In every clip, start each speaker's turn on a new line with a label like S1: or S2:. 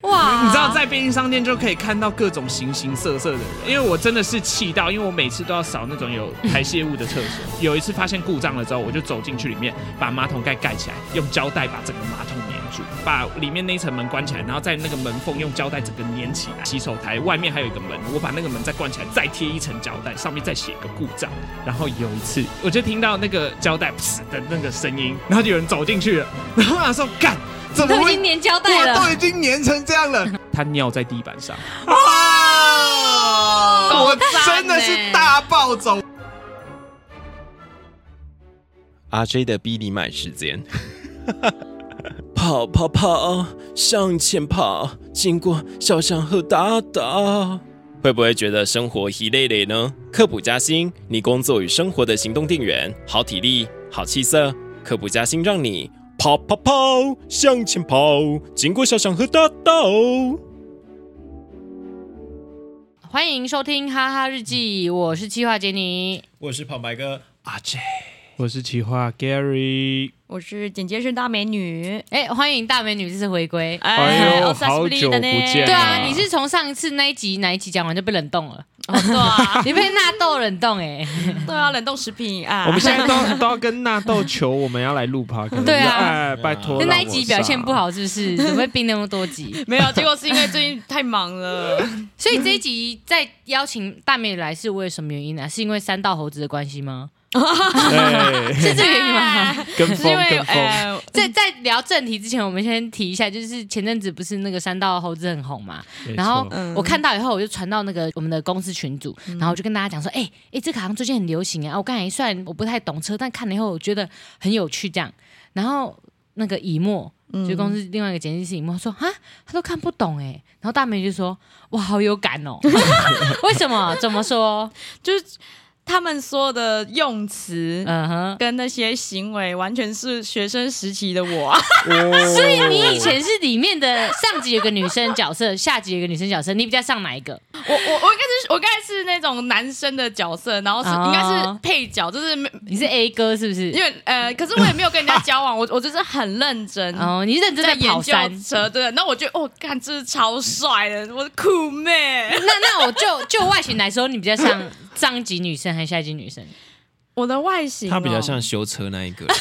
S1: 啊在便利商店就可以看到各种形形色色的人，因为我真的是气到，因为我每次都要扫那种有排泄物的厕所。有一次发现故障了之后，我就走进去里面，把马桶盖盖起来，用胶带把整个马桶粘住，把里面那一层门关起来，然后在那个门缝用胶带整个粘起来。洗手台外面还有一个门，我把那个门再关起来，再贴一层胶带，上面再写一个故障。然后有一次，我就听到那个胶带噗的那个声音，然后就有人走进去了，然后他说干。怎么
S2: 都已
S1: 会
S2: 经粘胶带
S3: 我
S2: 了，
S3: 都已经粘成这样了，
S1: 他尿在地板上。
S3: 啊！哦我真的是大暴走。
S4: 阿 J 的逼你买时间。 跑跑跑，向前跑，经过小巷和大道。会不会觉得生活一累累呢？科普嘉兴，你工作与生活的行动电源，好体力，好气色。科普嘉兴让你跑跑跑，向前跑，经过小巷和大道。
S2: 欢迎收听《哈哈日记》，
S1: 嗯
S2: 我是企划杰尼。
S4: 我是跑白哥阿 J，
S1: 我是企划 Gary，
S5: 我是剪接是大美女，
S2: 哎，欢迎大美女这次回归。
S1: 哎呦
S5: 奥斯卡
S1: 好
S5: 斯利的呢
S1: 久不见
S2: 对啊，
S1: 天哪
S2: 你是从上次那一集哪一集讲完就被冷冻了？
S5: 哦对啊，
S2: 你被纳豆冷冻哎、
S5: 对啊，冷冻食品啊，
S1: 我们现在 都都要跟纳豆求我们要来录 p o d
S2: 对啊
S1: 哎，拜托，
S2: 那
S1: 让
S2: 那
S1: 我
S2: 一集表现
S1: 上
S2: 不，好是不是？怎么会并那么多 集？
S5: 没有，结果是因为最近太忙了，
S2: 所以这一集在邀请大美女来是为了什么原因啊呢、是因为三道猴子的关系吗？
S1: 对，
S2: 是这个原因吗？
S1: 跟
S5: 是因
S1: 风
S5: 为
S1: 跟风，
S5: 呃，
S2: 在在聊正题之前，我们先提一下，就是前阵子不是那个三道猴子很红嘛，
S1: 没
S2: 然 后
S1: 错
S5: 嗯
S2: 我看到以后，我就传到那个我们的公司群组，然后我就跟大家讲说，哎、哎、这个好像最近很流行啊。我刚才虽然我不太懂车，但看了以后我觉得很有趣，这样。然后那个以沫，就公司另外一个剪辑师以沫说，啊，他都看不懂哎、然后大美就说，哇，好有感哦，为什么？怎么说？
S5: 就是他们说的用词。
S2: 嗯哼。
S5: 跟那些行为完全是学生时期的我、啊，
S2: 所以你以前是里面的上集有个女生角色，下集有个女生角色，你比较上哪一个？
S5: 我我我应该是我应该是那种男生的角色，然后是、
S1: 啊
S2: 哦
S5: 应该是配角，就是没
S2: 你是 A 哥是不是？
S5: 因为呃，可是我也没有跟人家交往，我我就是很认真，
S2: 哦，你是认真
S5: 在
S2: 在
S5: 研
S2: 跑
S5: 究
S2: 山，
S5: 车，对。那我觉得，哦，看这是超帅的，我的酷妹。
S2: 那那我就就外形来说，你比较像上一集女生还是下一集女生？
S5: 我的外形、哦啊
S4: 他比较像修车那一个。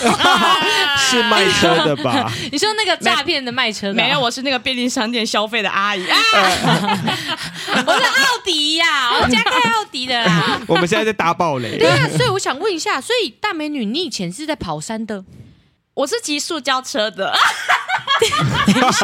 S1: 是卖车的吧？
S2: 你说那个诈骗的卖车的、哦
S5: 没有，，我是那个便利商店消费的阿姨啊，
S2: 我是奥迪呀、我家开奥迪的啦。
S1: 我们现在在打爆雷
S2: 对，啊，所以我想问一下，所以大美女，你以前是在跑山的？
S5: 我是骑塑胶车 的。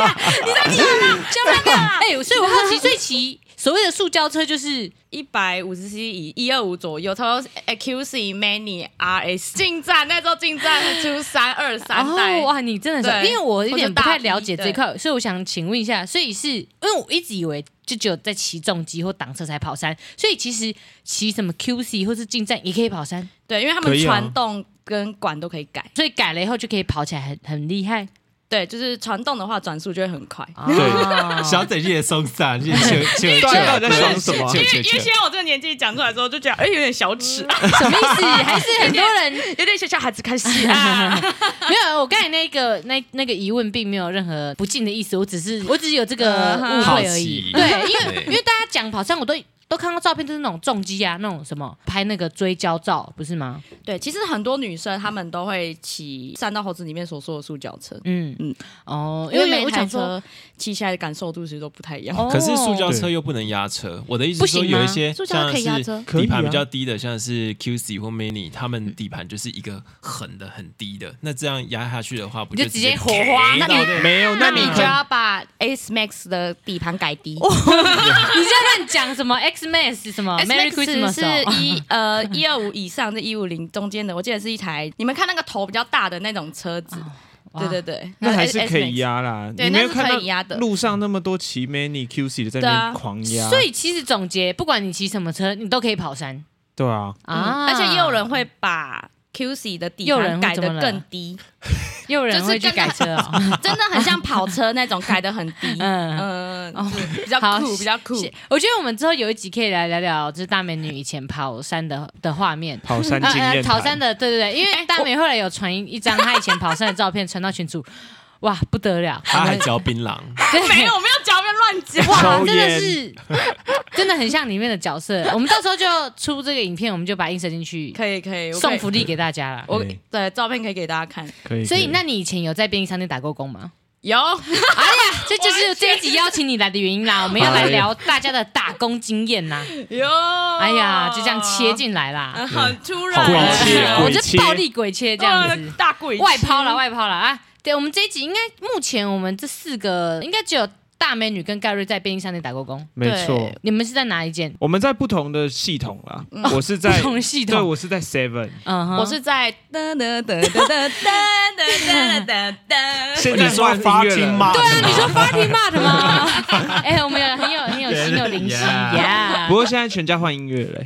S2: 像那个，哎、所以我好奇，所以骑所谓的塑胶车就是
S5: 一百五十 C 以一二五左右，差不多 QC Mini RS 进站，那时候进站是出三二三代，
S2: 哦，哇，你真的是，
S5: 对
S2: 因为我有点不太了解
S5: 或者大 P，
S2: 这一块，所以我想请问一下，所以是因为我一直以为就只有在骑重机或挡车才跑山，所以其实骑什么 QC 或是进站也可以跑山，
S5: 对，因为他
S1: 可
S5: 们
S1: 以啊
S5: 传动跟管都可以改，
S2: 所以改了以后就可以跑起来很很厉害。
S5: 对，就是传动的话转速就会很快。
S2: 对
S3: 小姐姐松散，谢谢谢
S1: 对啊到底在爽什么
S5: 因为因为现在我这个年纪讲出来之后，就觉得哎、有点小耻，
S2: 什么意 思？还是很多人
S5: 有点小小孩子开始 啊。
S2: 没有？我刚才那个那那个疑问并没有任何不敬的意思，我只是我只是有
S5: 嗯
S2: 这个误
S4: 好
S2: 会而已
S4: 奇。
S2: 对，因为
S4: 对
S2: 因为大家讲跑山，我都都看到照片，都是那种重机啊，那种什么拍那个追焦照，不是吗？
S5: 对，其实很多女生她们都会骑三道猴子里面所说的塑胶车，
S2: 嗯嗯
S5: 嗯
S2: 哦，
S5: 因为每
S2: 我
S5: 一台
S2: 想说，
S5: 车骑起来的感受度其实都不太一样。
S2: 哦
S4: 可是塑胶车又不能压车，我的意思是说
S2: 不行吗
S4: 有一些
S5: 塑胶
S4: 像
S5: 车可以啊压车
S4: 是底盘比较低的，像是 QC 或
S2: 嗯
S4: Mini，他们底盘就是一个很的很低的，那这样压下去的话，不
S2: 你就
S4: 直
S2: 直接火花
S4: 花？
S2: 那你哦
S1: 没有，那
S5: 那
S1: 你
S5: 你就
S1: 看
S5: 要把 S Max 的底盘改低。
S2: 你这样乱讲什么 X Max 什么
S5: S
S2: Merry
S5: Max
S2: Christmas 哦
S5: 是一 呃一二五以上，这一五零中间的，我记得是一台。你们看那个头比较大的那种车子，
S2: 哦
S5: 对对对，
S1: 那还是
S5: S-
S1: 可以
S5: S Max
S1: 压啦。
S5: 对
S1: 你没有
S5: 那是可
S1: 看
S5: 以
S1: 到
S5: 压的
S1: 路上那么多骑 Mini QC 的在
S5: 对
S1: 那
S5: 啊
S1: 边狂压，
S2: 所以其实总结，不管你骑什么车，你都可以跑山
S1: 对啊，
S2: 啊。
S5: 嗯而且也有人会把 QC 的底
S2: 又有人
S5: 盘改
S2: 会怎么
S5: 得
S2: 了
S5: 更低，
S2: 也有人会去
S5: 就是跟
S2: 改车哦。。
S5: 真的很像跑车那种，改得很低
S2: 嗯
S5: 嗯
S2: 哦，
S5: 是比较
S2: 好
S5: 酷，比较酷。啊
S2: 是我觉得我们之后有一集可以来聊聊，就是大美女以前跑山的的画面。呃
S1: 跑山经验谈，
S5: 哎
S2: 跑山的，对对对，因为大美后来有传一张她以前跑山的照片，传到群组，哇，不得了，
S3: 他还嚼槟榔，
S2: 对
S5: 没有，我没有讲，不要乱讲。
S2: 哇，
S3: 抽
S2: 真的
S3: 烟
S2: 是真的很像里面的角色。我们到时候就出这个影片，我们就把映射进去，
S5: 可以可以，我可
S2: 送
S5: 以
S2: 福利给大家了。
S5: 我
S3: 对
S5: 对照片可以给大家看。
S3: 可以
S2: 所以，那你以前有在便利商店打过工吗？
S5: 有，
S2: 哎呀，这就是这一集邀请你来的原因啦。我们要来聊大家的打工经验呐。
S5: 有，
S2: 哎呀，就这样切进来啦。
S5: 啊，很突
S3: 好
S5: 然，
S3: 鬼切啊
S2: 我
S3: 鬼
S2: 这
S3: 切
S2: 暴力鬼切 这样子
S5: 呃，大鬼
S2: 外抛了，外抛了啊！对，我们这一集应该目前我们这四个应该只有大美女跟盖瑞在便利商店打过工。
S4: 没错
S5: 对。
S2: 你们是在哪一间？
S4: 我们在不同的系统啦，我是在
S2: 不同的系统
S4: 对我是在 Seven，
S2: 嗯哼，
S5: 我是 在噔噔噔噔噔噔噔噔噔，
S4: 现
S3: 你
S4: 在
S3: 说
S4: 换
S3: 发
S4: 音乐
S3: 听
S4: 了
S3: 吗？
S2: 对啊，你说 Party Mart 吗？ 哎，我们有很有很有心有灵犀
S3: Yeah
S2: 呀
S4: 不！过现在全家换音乐嘞，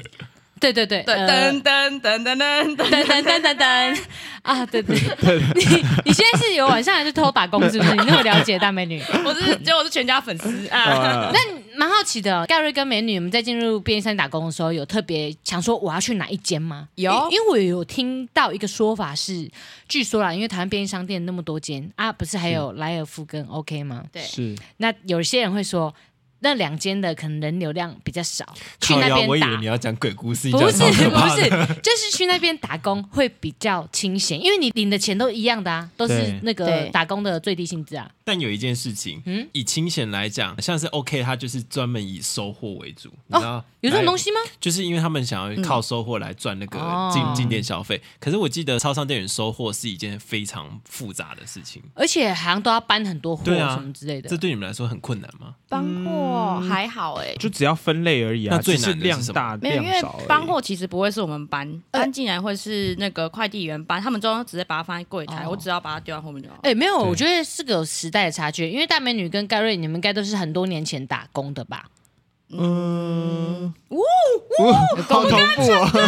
S2: 对对对，
S5: 对，
S2: 呃
S5: 噔噔噔噔噔噔。
S2: 噔噔噔噔噔啊！对对，对，你你现在是有晚上还是偷打工是不是？你那么了解大美女，
S5: 我是，结果我是全家粉丝
S3: 哦
S5: 啊！
S4: 呃
S2: 那蛮好奇的哦。盖瑞跟美女，你们在进入便利商店打工的时候，有特别想说我要去哪一间吗？
S5: 有
S2: 因因为我有听到一个说法是，据说啦，因为台湾便利商店那么多间啊，不是还有莱尔富跟 OK 吗？
S5: 对
S4: 是
S2: 那有些人会说。那两间的可能人流量比较少，去
S3: 靠
S2: 那
S3: 腰
S2: 边
S3: 我以
S2: 打
S3: 为你要讲鬼故事，你
S2: 不
S3: 讲
S2: 是
S3: 超
S2: 不
S3: 可怕
S2: 是
S3: 的，
S2: 就是去那边打工会比较清闲，因为你领的钱都一样的啊，都是
S3: 对
S2: 那个
S5: 对
S2: 打工的最低薪资啊。
S3: 但有一件事情，
S2: 嗯
S3: 以清闲来讲，像是 OK，它就是专门以收获为主，你知道、
S2: 哦有这种东
S3: 西，
S2: 西吗？
S3: 就是因为他们想要靠收获来赚那个
S2: 哦
S3: 进、进店消费。可是我记得超商店员收获是一件非常复杂的事情，
S2: 而且好像都要搬很多货
S3: 对啊
S2: 什么之类的
S3: 这。对你们来说很困难吗？
S5: 帮货
S4: 嗯
S5: 还好哎，
S4: 就只要分类而已啊，
S3: 那最
S4: 只是
S3: 难的是
S4: 量
S3: 什么
S4: 大
S5: 没有，
S4: 量
S5: 因为
S4: 少而已。
S5: 搬货其实不会是我们搬，
S2: 呃
S5: 搬进来会是那个快递员搬，他们中直接把它放在柜台，
S2: 哦
S5: 我只要把它丢在后面就好。
S2: 哎、没有，
S3: 对
S2: 我觉得是个有时代的差距，因为大美女跟盖瑞，你们应该都是很多年前打工的吧？
S4: 嗯，
S3: 好恐怖
S4: 啊
S3: 哦！
S2: 不可能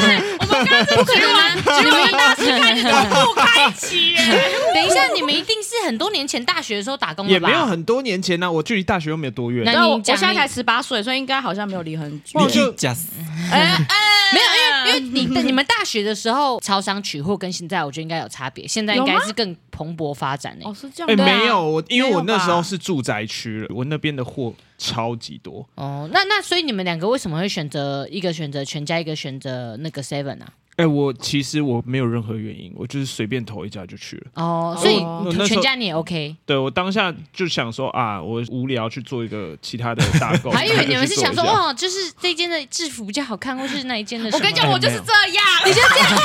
S2: 啊！你们大师开
S5: 不开启 耶，
S2: 等一下，你们一定是很多年前大学的时候打工的
S4: 也
S2: 吧？
S4: 没有很多年前呢，啊我距离大学又没有多远
S2: 那。
S5: 对，我我
S2: 你嗯讲
S5: 现在
S2: 你
S5: 才十八岁，所以应该好像没有离很久。
S4: 哇
S3: 你
S4: 就
S3: 就假死
S5: 哎哎，
S2: 没有，因为因为你你们大学的时候，超商取货跟现在我觉得应该有差别，现在应该
S5: 有吗
S2: 是更蓬勃发展欸呢、
S5: 哦是这
S4: 哎，
S5: 样的啊，
S4: 没有我，因为我
S5: 没有
S4: 那
S5: 吧
S4: 时候是住宅区了，我那边的货超级多。
S2: 哦，那那所以你们两个为什么会选择一个选择全家，一个选择那个 Seven 啊？
S4: 哎，我其实我没有任何原因，我就是随便投一家就去了。
S2: 哦，所以
S5: 哦
S4: 那时候
S2: 全家你也 OK，
S4: 对我当下就想说啊，我无聊去做一个其他的打 工，
S2: 还以为你们是想说哦
S4: 哦那就去做一下，
S2: 哇，就是这一间的制服比较好看，或是那一间的什
S5: 我
S2: 么。
S5: 跟你讲，我就是这样，
S2: 哎你觉得全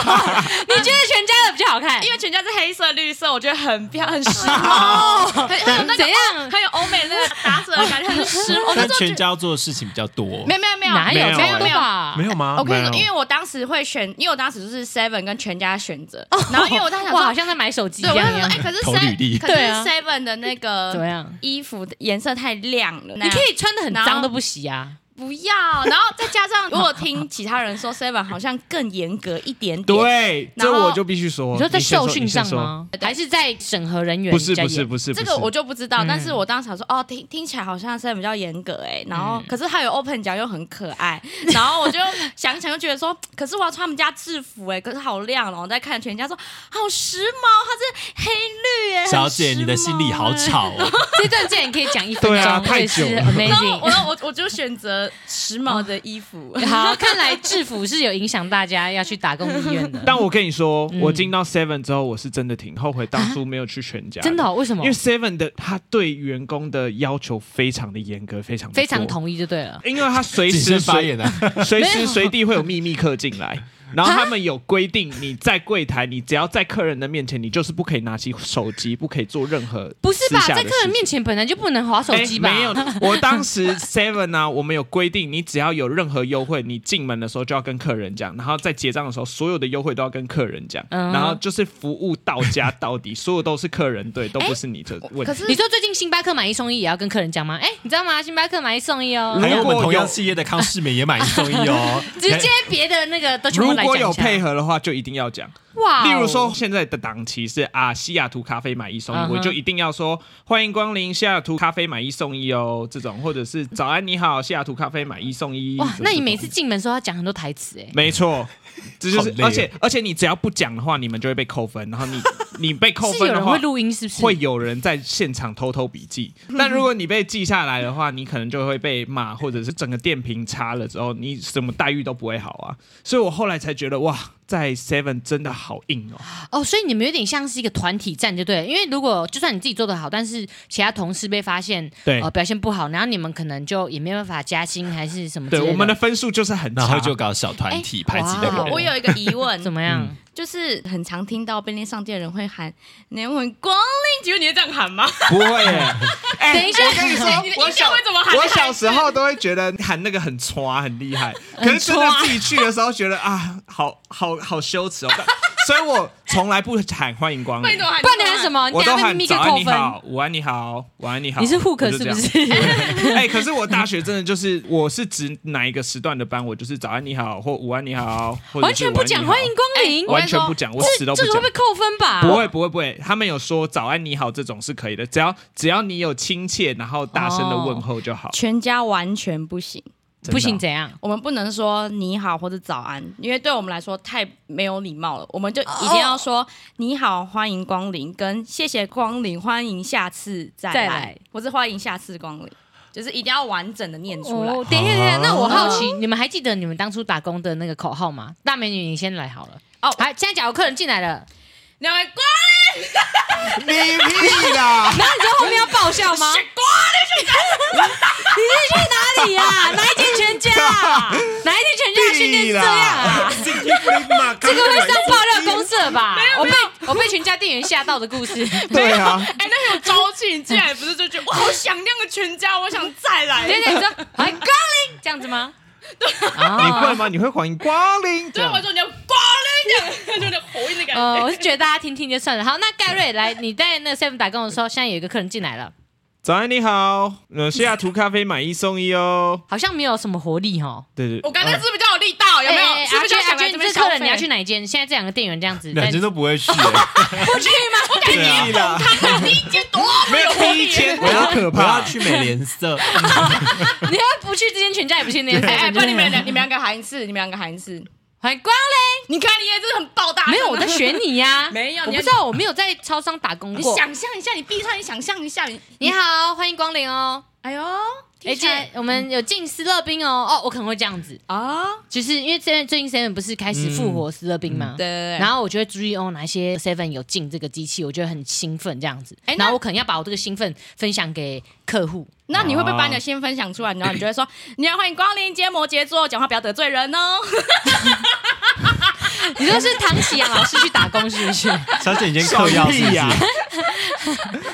S2: 家的比较好看？
S5: 因为全家是黑色、绿色，我觉得很漂很时髦，很很有那个
S2: 哦怎样？
S5: 很有欧美那个打褶的感觉，很时 髦。我那
S3: 但
S5: 时候觉
S3: 全
S5: 得
S3: 家要做的事情比较多，
S5: 没有没有没有
S2: 哪有
S4: 没有
S2: 差不多
S5: 没有
S2: 吧？
S3: 没有吗？
S5: 我跟你
S3: 啊没有
S5: 说，因为我当时会选，因为我当时就是 Seven 跟全家选择，然后因为我当时想
S2: 哦哇，好
S5: 说，
S2: 像在买手机一
S5: 对，我就
S2: 样一
S5: 说，
S2: 样
S5: 哎，。可是
S3: 投履历
S5: Seven 可是
S2: 对啊
S5: Seven 的那
S2: 怎么
S5: 个
S2: 样？
S5: 衣服的颜色太亮了，
S2: 你
S5: 你
S2: 可以穿的很
S5: 然
S2: 脏
S5: 后
S2: 都不洗啊。
S5: 不要，然后再加上，我有听其他人说 Seven 好像更严格一点点，
S4: 对，
S5: 然
S4: 这
S5: 后
S4: 我就必须说，
S2: 你说在
S4: 你先
S2: 受
S4: 说
S2: 训上？
S4: 你先说
S2: 吗？还是在审核人员
S4: 不
S2: 比
S4: 是
S2: 较
S4: 不
S2: 严？
S4: 是不是，不
S5: 这
S4: 是
S5: 个我就不知道，
S2: 嗯
S5: 但是我当时想说，哦，听听起来好像是比较严格哎、然
S3: 嗯
S5: 后、可是他有 open 讲又很可爱， 然后我就想想就觉得说，可是我要穿他们家制服哎、可是好亮哦，我在看全家说好时髦，它是黑绿哎、
S3: 小
S5: 很
S3: 姐，
S5: 时髦
S3: 你的心里好
S5: 哎。
S3: 吵 哦。
S2: 这段竟然可以讲一分
S4: 对
S2: 钟，
S4: 啊
S2: 我也是
S4: 太久了
S2: amazing
S5: 然后 我然后我我就选择时髦的衣服，
S2: 好，看来制服是有影响大家要去打工意愿 的。
S4: 但我跟你说，
S2: 嗯啊
S4: 我进到 Seven 之后，我是真的挺后悔当初没有去全家，
S2: 真的、哦？为什么
S4: 因为？Seven 的他对员工的要求非常的严格，非常地
S2: 非常
S4: 多，
S2: 同意就对了。
S4: 因为他随
S3: 谨
S4: 时
S3: 慎发
S4: 随
S3: 言啊的，
S4: 随时随地会有秘密客进来。然后他们有规定，你在柜台，你只要在客人的面前，你就是不可以拿起手机，不可以做任何
S2: 不是吧
S4: 私？下
S2: 在
S4: 的事
S2: 客
S4: 情哎
S2: 人面前本来就不能划手机吧？
S4: 诶没有，我当时 Seven 啊，我们有规定，你只要有任何优惠，你进门的时候就要跟客人讲，然后在结账的时候，所有的优惠都要跟客人讲，
S2: 嗯
S4: 然后就是服务到家到底，所有都是客 人对，都不是你的 问
S5: 可
S4: 题。
S5: 是
S2: 你说最近星巴克买一送一也要跟客人讲吗？哎，你知道吗？星巴克买一送一哦，，
S3: 还有我
S4: 如果
S3: 们同
S4: 有
S3: 样企业的康世美也买一送一哦
S2: 直接别的那个都全部
S4: 如
S2: 来
S4: 果
S2: 讲
S4: 有
S2: 一下。
S4: 配合的话，就一定要讲。
S2: 哇哦
S4: 例如说，现在的档期是啊，西雅图咖啡买一送一
S2: 嗯哼
S4: 我就一定要说欢迎光临西雅图咖啡买一送一哦，这种或者是早安你好，西雅图咖啡买一送一。
S2: 哇，
S4: 这
S2: 那你
S4: 种
S2: 每次进门的时候要讲很多台词哎，
S4: 没错，这就是
S3: 好，累哦
S4: 而且而且你只要不讲的话，你们就会被扣分，然后你你被扣
S2: 是
S4: 分
S2: 有
S4: 的
S2: 人
S4: 话
S2: 会。录音是不是？
S4: 会有人在现场偷偷 笔记，但如果你被记下来的话，你可能就会被骂，或者是整个电瓶擦了之后，你什么待遇都不会好啊。所以我后来才觉得，哇，在 Seven 真的好硬哦。
S2: 哦，所以你们有点像是一个团体战，就对了。因为如果就算你自己做的好，但是其他同事被发现
S4: 对
S2: 呃表现不好，然后你们可能就也没办法加薪还是什么之
S4: 对，
S2: 类
S4: 我们的分数就是很差，
S3: 然后就搞小团体排
S2: 哎
S3: 挤那个
S2: 哇
S3: 人。
S5: 我有一个疑 问，
S2: 怎么
S4: 嗯
S2: 样？
S5: 就是很常听到便利商店的人会喊“你们光临”，请问你会这样喊吗？
S4: 不会耶。 哎
S2: 等一下
S4: 我跟你说
S5: 你的，
S4: 我
S5: 音
S4: 小
S5: 调会怎么喊？
S4: 我小时候都会觉得喊那个很抓很厉害，可是真的自己去的时候觉得啊，好好好 羞耻哦。但所以我从来不喊欢迎光
S5: 那你
S4: 临
S5: 怎，么喊？
S2: 不然你喊什？么？你
S4: 我
S2: 等下
S4: 都
S2: 被
S4: 喊
S2: 咪咪给
S4: 早安
S2: 扣
S4: 你
S2: 分。
S4: 好，午安你好，晚安你好。
S2: 你是 hook
S4: 我就是这
S2: 不
S4: 样？
S2: 是？
S4: 哎，可是我大学真的就是，我是指哪一个时段的班，我就是早安你好或午安你好，或者 是
S2: 完全不讲欢迎光临，
S5: 我跟
S4: 晚
S5: 你
S4: 安你好，哎完
S5: 说
S4: 全不讲，我死
S2: 这
S4: 都不
S2: 这个
S4: 讲
S2: 会。被扣分吧？
S4: 不会不会不会，他们有说早安你好这种是可以的，只要只要你有亲切，然后大声的问候就好。
S5: 全家完全不行，
S4: 真的
S2: 不行
S4: 哦
S2: 怎样？
S5: 我们不能说你好或者早安，因为对我们来说太没有礼貌了。我们就一定要说你好，欢迎光临，跟谢谢光临，欢迎下次再
S2: 再
S5: 来
S2: 来，
S5: 或是欢迎下次光临，就是一定要完整的念出来。
S2: 哦，等一下，等一下，那我好奇，你们还记得你们当初打工的那个口号吗？大美女，你先来好了。
S5: 哦
S2: 好，现在假如客人进来 了，
S5: 两位光
S4: 你屁啦！
S2: 然后你知道后面要爆笑吗？你是去 哪里呀？哪一间全家啊？哪一间全家训练是这样啊？这个会上爆料公社 吧？我被我被全家店员吓到的故事。
S4: 对啊，
S5: 哎、那很有朝气，你进来不是就觉得我好想念个全家，我想再来。
S2: 对对，你说欢迎光临这样 子吗？哦你
S4: 你会吗？你会欢迎光临？这
S5: 所以
S4: 样
S5: 我说你要光临，这样就有点喉音的感觉。
S2: 呃，我是觉得大家听听就算了。好，那盖瑞来，你在那个 seven 打工的时候，现在有一个客人进来了，
S4: 早安你好，呃，西雅图咖啡买一送一哦。
S2: 好像没有什么活力哦。
S4: 对对，
S5: 我刚才
S4: 啊
S5: 是不是比较有力道？有没有？
S2: 哎哎
S5: 是不是
S2: 阿
S5: 就
S2: 娟
S5: 想
S2: 阿
S5: 来
S2: 娟
S5: 这
S2: 你
S5: 边
S2: 这
S5: 消
S2: 客
S5: 费？
S2: 人你要去哪一间？现在这两个店员这样子，
S3: 两
S2: 在
S3: 间都不会去、欸，
S5: 我感觉你
S4: 啦，
S5: 他第一间多
S4: 没有第一间，
S3: 我要
S4: 好可
S3: 我要
S4: 怕。
S3: 去美联社，
S2: 你要不去这间全家，也不去那间 seven，
S5: 哎哎，不
S2: 真的
S5: 然你们两，你们两个喊一次，你们两个喊一次。
S2: 欢迎光临。
S5: 哎你看，你也真的很爆大声。啊
S2: 没有，我在选你呀、
S5: 没有
S2: 我不
S5: 你要
S2: 知道，我啊 没有在超商打工
S5: 你
S2: 过。
S5: 想象一下，你闭上，你想象一下，你
S2: 你好，欢迎光临哦。
S5: 哎呦，
S2: 而且我们有进斯乐冰哦，哦，我可能会这样子，
S5: 啊，
S2: 就是因为最最近 seven 不是开始复活斯乐冰吗？
S5: 对对对，
S2: 然后我就会注意哦，哪些 Seven 有进这个机器，我觉得很兴奋这样子。
S5: 哎那
S2: 然后我可能要把我这个兴奋分享给客户。
S5: 那你会不会把你的先分享出来？然后你就会说，你要欢迎光临，今天摩羯座，讲话不要得罪人 哦。
S2: 你说是唐启阳老师去打工是不是？
S3: 小姐已经
S4: 小
S3: 扣 腰是不是
S4: 屁哎呀？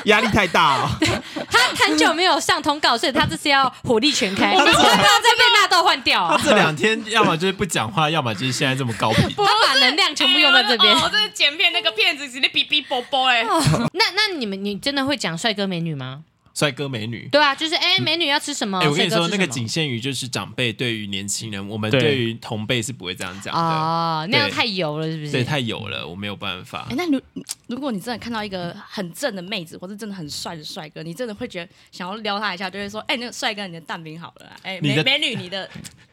S4: 压力太大哦 了。
S2: 他很久没有上通告，所以他这次要火力全 开，他不要再被纳豆换掉 啊！
S3: 这两天要么就是不讲话，要么就是现在这么高频。
S2: 他把能量全部用在这边
S5: 哎。我真的剪片那个骗子直接哔哔啵啵哎。
S2: 哦 那那你们你真的会讲帅哥美女吗？
S3: 帅哥美女。
S2: 对啊，就是哎，美女要吃什么？
S3: 哎、我跟你
S2: 帅哥
S3: 说，
S2: 吃
S3: 那
S2: 什
S3: 个
S2: 么
S3: 仅限于就是长辈对于年轻人，我们
S4: 对
S3: 对于同辈是不会这样讲的，
S2: 哦，那样
S3: 对
S2: 太油了是不是？
S3: 对，太有了，我没有办法
S5: 哎、。那如如果你真的看到一个很正的妹子，或是真的很帅的帅哥，你真的会觉得想要撩他一下，就会说：“哎、那个帅哥，你的蛋饼好了啊。哎、
S3: 你
S5: 美
S3: 的
S5: 美女，你 的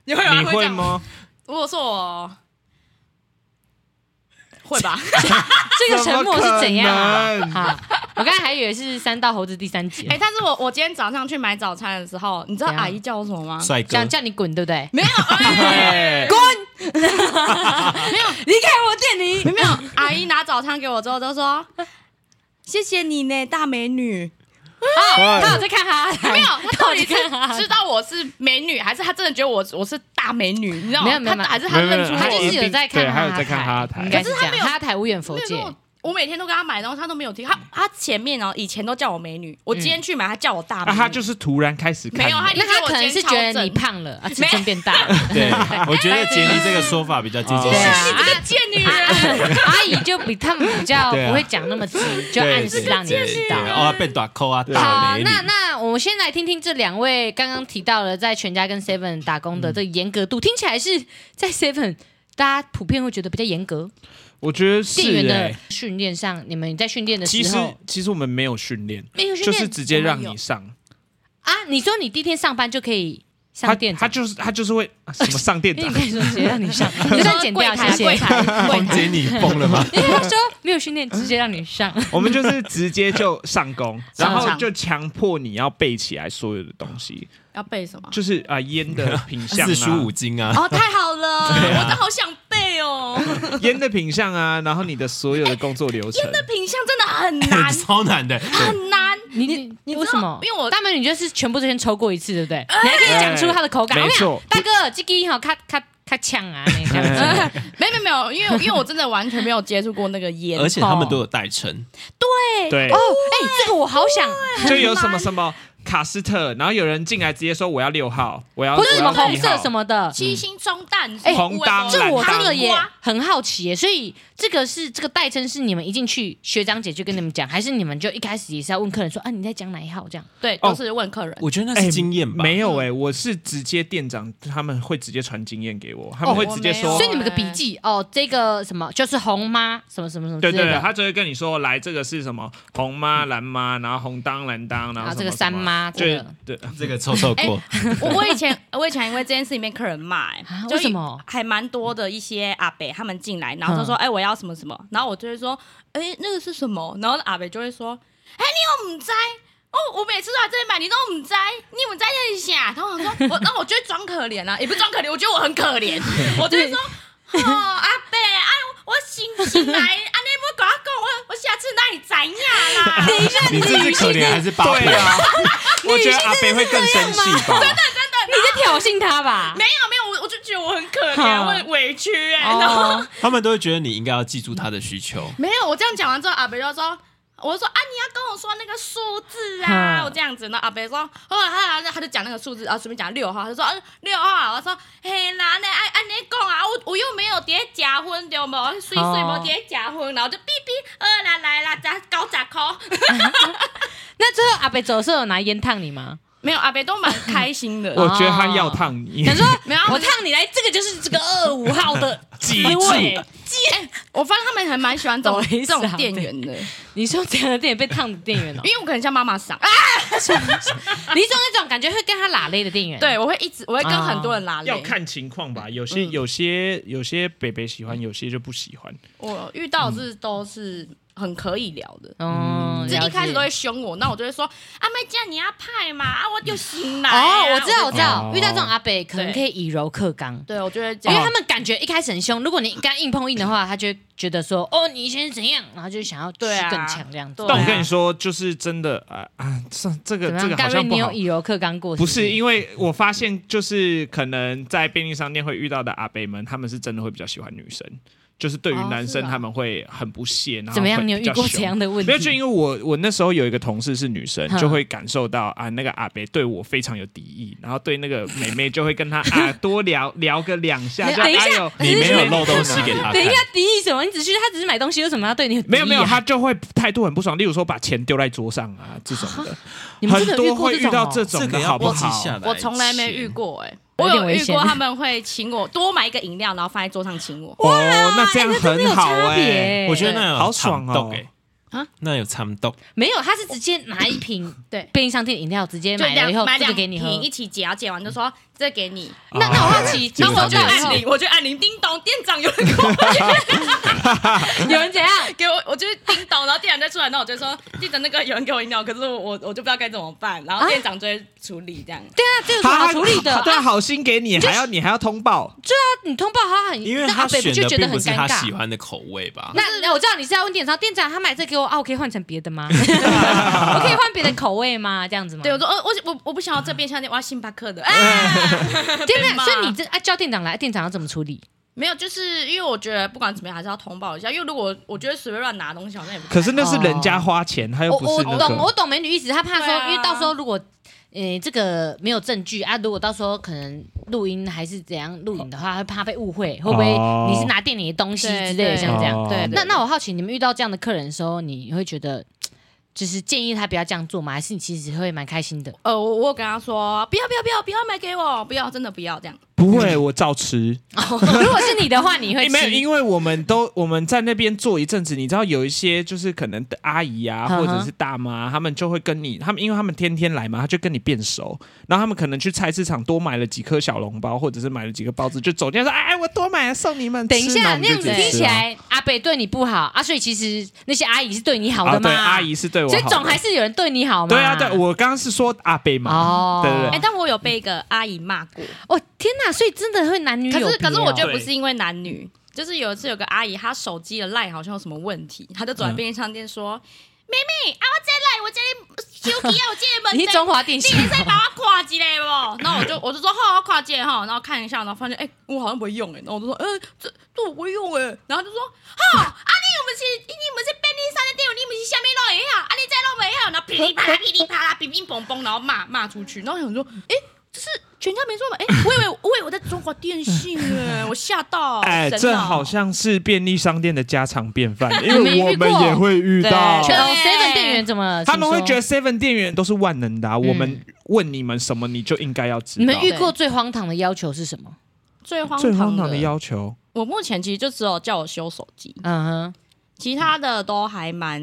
S5: 你啊会有人
S4: 你
S5: 会这
S4: 会
S5: 样？
S4: 吗？
S5: 如果是我，会 吧？
S2: 这个沉默是怎样啊
S4: 怎么可能？
S2: 好，我刚才还以为是三道猴子第三集
S5: 哎、，但是我我今天早上去买早餐的时候，你知道
S2: 怎样
S5: 阿姨叫我什么吗？
S3: 帅哥
S2: 想，叫你滚对不对？
S5: 没有，哎
S2: 离开我店里，
S5: 没有，阿姨拿早餐给我之后就说：“谢谢你呢，大美女。”哦
S2: 他有
S4: 哎
S2: 在看 哈哈，
S5: 没有，他到底
S2: 看啊
S5: 是知道我是美女，还是他真的觉得我我是大美女？你知道吗？
S2: 没有没
S5: 他
S2: 有没有
S5: 还是他认出
S4: 没有没有
S2: 他
S5: 我
S4: 没
S2: 就是有在看
S4: 对
S2: 哈哈台，
S4: 他有在看哈哈台
S2: 应
S5: 可
S2: 该
S5: 是
S2: 这
S5: 他
S2: 样
S5: 没有
S2: 哈哈台无远佛界
S5: 没有。我我每天都跟他买东西，他都没有听。他他前面哦，以前都叫我美女，我今天去买，他叫我大美
S4: 嗯啊，
S5: 女。
S4: 他就是突然开始看你，
S5: 没有他
S2: 那他可能是觉得你胖了啊，尺寸变大了。
S3: 对， 我觉得杰尼这个说法比较接近
S4: 对
S3: 事
S2: 啊
S3: 实。
S5: 这个贱女
S2: 啊
S5: 人，
S2: 阿姨就比他们比较
S3: 对啊
S2: 不会讲那么直，就
S3: 对
S2: 暗示让你
S3: 对
S2: 知
S3: 对
S2: 道。
S3: 对哦，被打扣啊，大
S2: 好，
S3: 美女。
S2: 那那我们先来听听这两位刚刚提到了在全家跟 Seven 打工的这个严格度，听起来是在 Seven 大家普遍会觉得比较严格。
S1: 我觉得是、
S2: 店员的
S1: 欸。
S2: 训练上，你们在训练的
S1: 其
S2: 时
S1: 实
S2: 候
S1: 其实我们没有训练，
S2: 没有训
S1: 就
S2: 练，
S1: 是直接让
S5: 我们
S1: 你
S5: 有
S1: 上。
S2: 啊，你说你第一天上班就可以
S1: 他
S2: 上店
S1: 他
S2: 长，
S1: 就是他就是会啊什么上店
S2: 因为
S1: 长
S2: 你，可以说直接让你上，你就算剪掉，谢谢
S5: 柜。 台柜
S3: 凤姐
S5: 台，
S3: 你疯了 吗？
S2: 因为他说没有训练，直接让你上。
S1: 我们就是直接就上工，
S5: 上
S1: 然后
S5: 场
S1: 就强迫你要背起来所有的东西，
S5: 要背什么？
S1: 就是啊烟的品相、
S3: 四书五
S1: 啊，
S3: 经啊，
S5: 哦，太好了，
S3: 对啊
S5: 我都好想背哦。
S1: 烟的品相啊，然后你的所有的工作流程，
S5: 那品相真的很 难，
S3: 超难的。
S5: 很难。
S2: 你你
S5: 你知道
S2: 为什么？
S5: 因为我哎
S2: 大美女就是全部都先抽过一次，对不对？你还可以讲出它的口感。
S1: 没
S2: 我跟你讲
S1: 错
S2: 大哥，这个好咔咔咔呛啊，那这样子。
S5: 没有没有没有，因为因为我真的完全没有接触过那个烟，
S3: 而且他们都有代称，
S1: 对
S2: 哦，，哎，这个我好想，
S1: 就有什么什么卡斯特，然后有人进来直接说我要六号，我要
S2: 或者什么红色什
S1: 么，
S2: 么的。
S5: 七星中弹，
S2: 哎
S1: 红当
S2: 这我真
S1: 蓝
S2: 的
S1: 当
S2: 也很好奇耶，所以这个是这个代称是你们一进去学长姐就跟你们讲，还是你们就一开始也是要问客人说啊你在讲哪一号这样？
S5: 对，
S1: 哦
S5: 都是问客人。
S3: 我觉得那是经验吧。
S1: 没有哎、我是直接店长他们会直接传经验给我，他们会直接
S5: 哦
S1: 说
S2: 所以。你们有啊个笔记哦，这个什么就是红妈什么什么什么之
S1: 对
S2: 类的，
S1: 对对，他就会跟你说，来这个是什么红妈、蓝妈，然后红当、蓝当，然
S2: 然
S1: 后什
S2: 后啊这
S1: 么
S2: 个三，妈
S1: 什么
S2: 这个
S1: 对对，
S3: 这个臭
S2: 哎
S3: 臭过，
S5: 我我以前 我以前因为这件事情被客人骂、欸
S2: 啊，
S5: 就
S2: 为什么嗯
S5: 还蛮多的一些阿北他们进来，然后就说：“哎、我要什么什么。”然后我就会说：“哎、那个是什么？”然后阿北就会说：“哎、你有唔知？哦，我每次都来这里买，你都唔知，你有唔知那里下。”然后我说：“ 我，那我就会装可怜啊，也不是装可怜，我觉得我很可 怜，我就会说：哦，阿北啊，我醒醒来，阿内不跟我讲，我我下次那里怎样啊 啦？”
S3: 你这是可怜还是八
S1: 对
S3: 配
S1: 啊？我觉得阿北会更生气吧。
S2: 你在挑衅他 吧？
S5: 没有没有，我我就觉得我很可
S2: 好
S5: 怜，我很委屈哎、然后。
S2: 哦，
S3: 他们都会觉得你应该要记住他的需 求。
S5: 没有，我这样讲完之后，阿北就说。我就说啊，你要跟我说那个数字啊，
S2: 嗯
S5: 我这样子。然后阿北说，后来他他就讲那个数字，然后随便讲六号，他就说、啊、六号。我说嘿啦，那按按你讲啊，我我又没有叠假婚对不？水水
S2: 哦
S5: 没叠假婚，然后就哔哔，呃啦来啦，咱搞咋扣？
S2: 那最后阿北走的时候有拿烟烫你吗？
S5: 没有，阿北都蛮开心的。
S1: 我觉得他要烫你
S2: 想，说
S5: 没有啊
S2: 我烫你来，这个就是这个二五号的
S1: 记
S2: 滋味。
S5: 我发现他们还蛮喜欢这种
S2: 不好意
S5: 这
S2: 思啊
S5: 种店员的，因
S2: 你说这样的店员被烫的店员哦，
S5: 为我可能像妈妈桑，
S2: 你说那种感觉会跟他拉勒的店员，
S5: 对我会一直我会跟很多人拉
S1: 要
S5: 累。
S1: 看情况
S2: 嗯
S1: 吧。有些有些有些北北喜欢，有些就不喜欢。
S5: 我遇到的是都是很可以聊的。
S2: 哦，
S5: 就
S2: 嗯了
S5: 一开始
S2: 解
S5: 都会凶我，那我就会说啊，妹这样你要派嘛，啊，我就醒来、啊。
S2: 哦，我知道，我
S5: 就
S2: 知道
S1: 哦，
S2: 遇到这种阿北可能
S5: 对
S2: 可以以柔克刚。
S5: 对，我就会这
S2: 因为
S5: 样
S2: 他。们感觉一开始很凶，如果你跟他硬碰硬的话，他就会觉得说：“哦，你以前是怎样？”然后就想要去
S5: 对啊
S2: 更强这样子
S5: 对。
S1: 但我
S5: 啊
S1: 跟你说，就是真的啊啊，这这个
S2: 怎么
S1: 这
S2: 样，
S1: 个
S2: 盖
S1: 好
S2: 瑞，
S1: 像不
S2: 你有
S1: 好。
S2: 以柔克刚过？
S1: 不
S2: 是
S1: 是，因为我发现，就是可能在便利商店会遇到的阿北们，他们是真的会比较喜欢女生，就是对于
S5: 哦
S1: 男生
S5: 是啊
S1: 他们会很不屑。然后
S2: 怎么
S1: 会
S2: 样？你有
S1: 比
S2: 遇
S1: 较
S2: 过
S1: 凶
S2: 怎样的问
S1: 没有，就因
S2: 题？哎
S1: 为我我那时候有一个同事是女生
S2: 哼，
S1: 就会感受到啊，那个阿伯对我非常有敌意，然后对那个妹妹就会跟她啊多聊聊个两下，
S2: 等
S1: 这样
S2: 等一下
S1: 哎呦
S3: 你没有漏东西给他看
S2: 等一下，敌意什么？你只去他只是买东西，为什么要对你有敌意啊
S1: 没有没有，她就会态度很不爽，例如说把钱丢在桌上啊这种的，
S2: 你们
S1: 很
S2: 真的有
S1: 多
S2: 过
S1: 会
S2: 这
S1: 遇
S2: 种
S1: 到
S2: 哦
S1: 这种的好不好？
S5: 我从来没遇。过哎、
S2: 有
S5: 我
S2: 点
S5: 有
S2: 危
S5: 遇
S2: 险
S5: 过他们会请我多买一个饮料，然后放在桌上请我。
S1: 哦，那这样
S4: 欸
S2: 哎真
S1: 很
S2: 的有
S1: 好
S2: 差
S1: 哎，
S2: 别
S3: 我觉得那有
S1: 好爽哦
S3: 藏洞哎
S5: 啊，
S3: 那有藏洞，
S2: 没有，他是直接拿一瓶
S5: 对
S2: 便利商店饮料，直接
S5: 就
S2: 买了以后，
S5: 买
S2: 这
S5: 两
S2: 个给你喝。
S5: 瓶一起解，然后解完就说这给你。
S2: 那那我好奇，
S3: 结
S2: 你
S3: 果他
S2: 收到
S3: 就有
S2: 以
S5: 按
S2: 后，
S5: 铃，我就按铃，叮咚，店长有人给我
S2: 有人怎样？
S5: 给我，我就是叮咚，然后店长再出来，那我就说店长那个有人给我饮料，可是我我我就不知道该怎么办，然后店长就会处理这样。
S2: 对啊，这有什么好处理的？
S1: 好对啊，
S2: 啊，
S1: 好心给你，还要你还要通报，
S2: 你通报他很，
S3: 因为
S2: 那
S3: 他
S2: 阿北
S3: 选
S2: 就
S3: 的
S2: 觉得
S3: 并
S2: 很
S3: 不是
S2: 尴
S3: 他喜
S2: 尬。
S3: 欢的口味吧？
S2: 那那我知道你是要问店长，店长他买这给我啊，我可以换成别的 吗？我可以换别的口味吗？这样子吗？
S5: 对，我说呃，我我我不想要这边香店，我要星巴克的。啊，
S2: 店长，
S5: 被骂
S2: 所以你这啊叫店长来，店长要怎么处理？
S5: 没有，就是因为我觉得不管怎么样还是要通报一下，因为如果我觉得随便乱拿东西好像也不太
S1: 可是那是人家花钱，他又
S2: 我
S1: 不
S2: 我
S1: 是
S2: 哦我
S1: 那
S2: 懂，我
S1: 个。
S2: 懂美女意思，她怕
S5: 对
S2: 说，
S5: 啊
S2: 因为到时候如果。呃，这个没有证据啊！如果到时候可能录音还是怎样录影的话，会怕被误会，会不会
S1: 哦
S2: 你是拿店里的东西之
S5: 对
S2: 类的，
S5: 对
S2: 像这样？
S1: 哦
S5: 对，对
S2: 那那我好奇，你们遇到这样的客人的时候，你会觉得就是建议他不要这样做吗？还 是你其实会蛮开心的？
S5: 呃，我我有跟他说不要不要不要不要买给我，不要真的不要这样。
S4: 不会，我 照吃。
S2: 如果是你的话，你会
S4: 欸没有，
S2: 哎吃？
S4: 因为我们都我们在那边坐一阵子，你知道有一些就是可能的阿姨啊，
S2: 嗯哼
S4: 或者是大妈，他们就会跟你，他们因为他们天天来嘛，他就跟你变熟，然后他们可能去菜市场多买了几颗小笼包，或者是买了几个包子，就走进来说：“哎，我多买了送你们吃。”
S2: 等一下，
S4: 然后
S2: 那
S4: 我
S2: 样
S4: 们就
S2: 子
S4: 自己
S2: 听
S4: 吃
S2: 起
S4: 啊
S2: 来阿北对你不好，啊，所以其实那些阿姨是对你好
S4: 啊
S2: 的嘛？
S4: 对，阿，姨是对我好
S2: 所以
S4: 的，
S2: 总还是有人对你好嘛？
S4: 对啊，对，我刚刚是说阿贝嘛，
S2: 哦
S4: 对对
S5: 哎、
S4: 对
S2: 哎
S5: 但我有被一个阿姨骂过，
S2: 哦天哪，所以真的会男女有
S5: 可
S2: 别哦
S5: 是可是我觉得
S4: 对
S5: 不是因为男女，就是有一次有个阿姨，她手机的 line 好像有什么问题，她就走在便利商店说：“妹妹，啊我这 line 我这里手机啊，我这里门
S2: 你是中华电
S5: 你
S2: 信
S5: 也在把我跨机嘞不？然后我就我就说好好跨机哈，然后看一下，然后发现哎、我好像不会用哎、然后我就说呃这这我不会用哎、然后就说哈啊你有没有是你们是便利商店店员，你们是下面弄一下，啊你再弄一下，然后噼里啪啦噼里啪啦乒 乒乓乓，然后骂骂出去，然后想说哎、这是全家没错嘛？哎、我以为我以为我在中华电信哎、 我吓到，
S4: 哎，
S5: 神
S4: 这
S5: 哦
S4: 好像是便利商店的家常便饭，因
S2: 没遇
S4: 为我们
S2: 过
S4: 也会遇到
S5: 对。
S2: 哦 seven 店员怎么？
S4: 他们会觉
S2: 得
S4: 得 Seven 店员都是万能的、啊，我们问你们什么，你就应该要知道。
S2: 你们遇过最荒唐的要求是什么？
S5: 最荒
S4: 最荒
S5: 唐
S4: 唐的要求，
S5: 我目前其实就只有叫我修手机，
S2: 嗯哼，
S5: 其他的都还蛮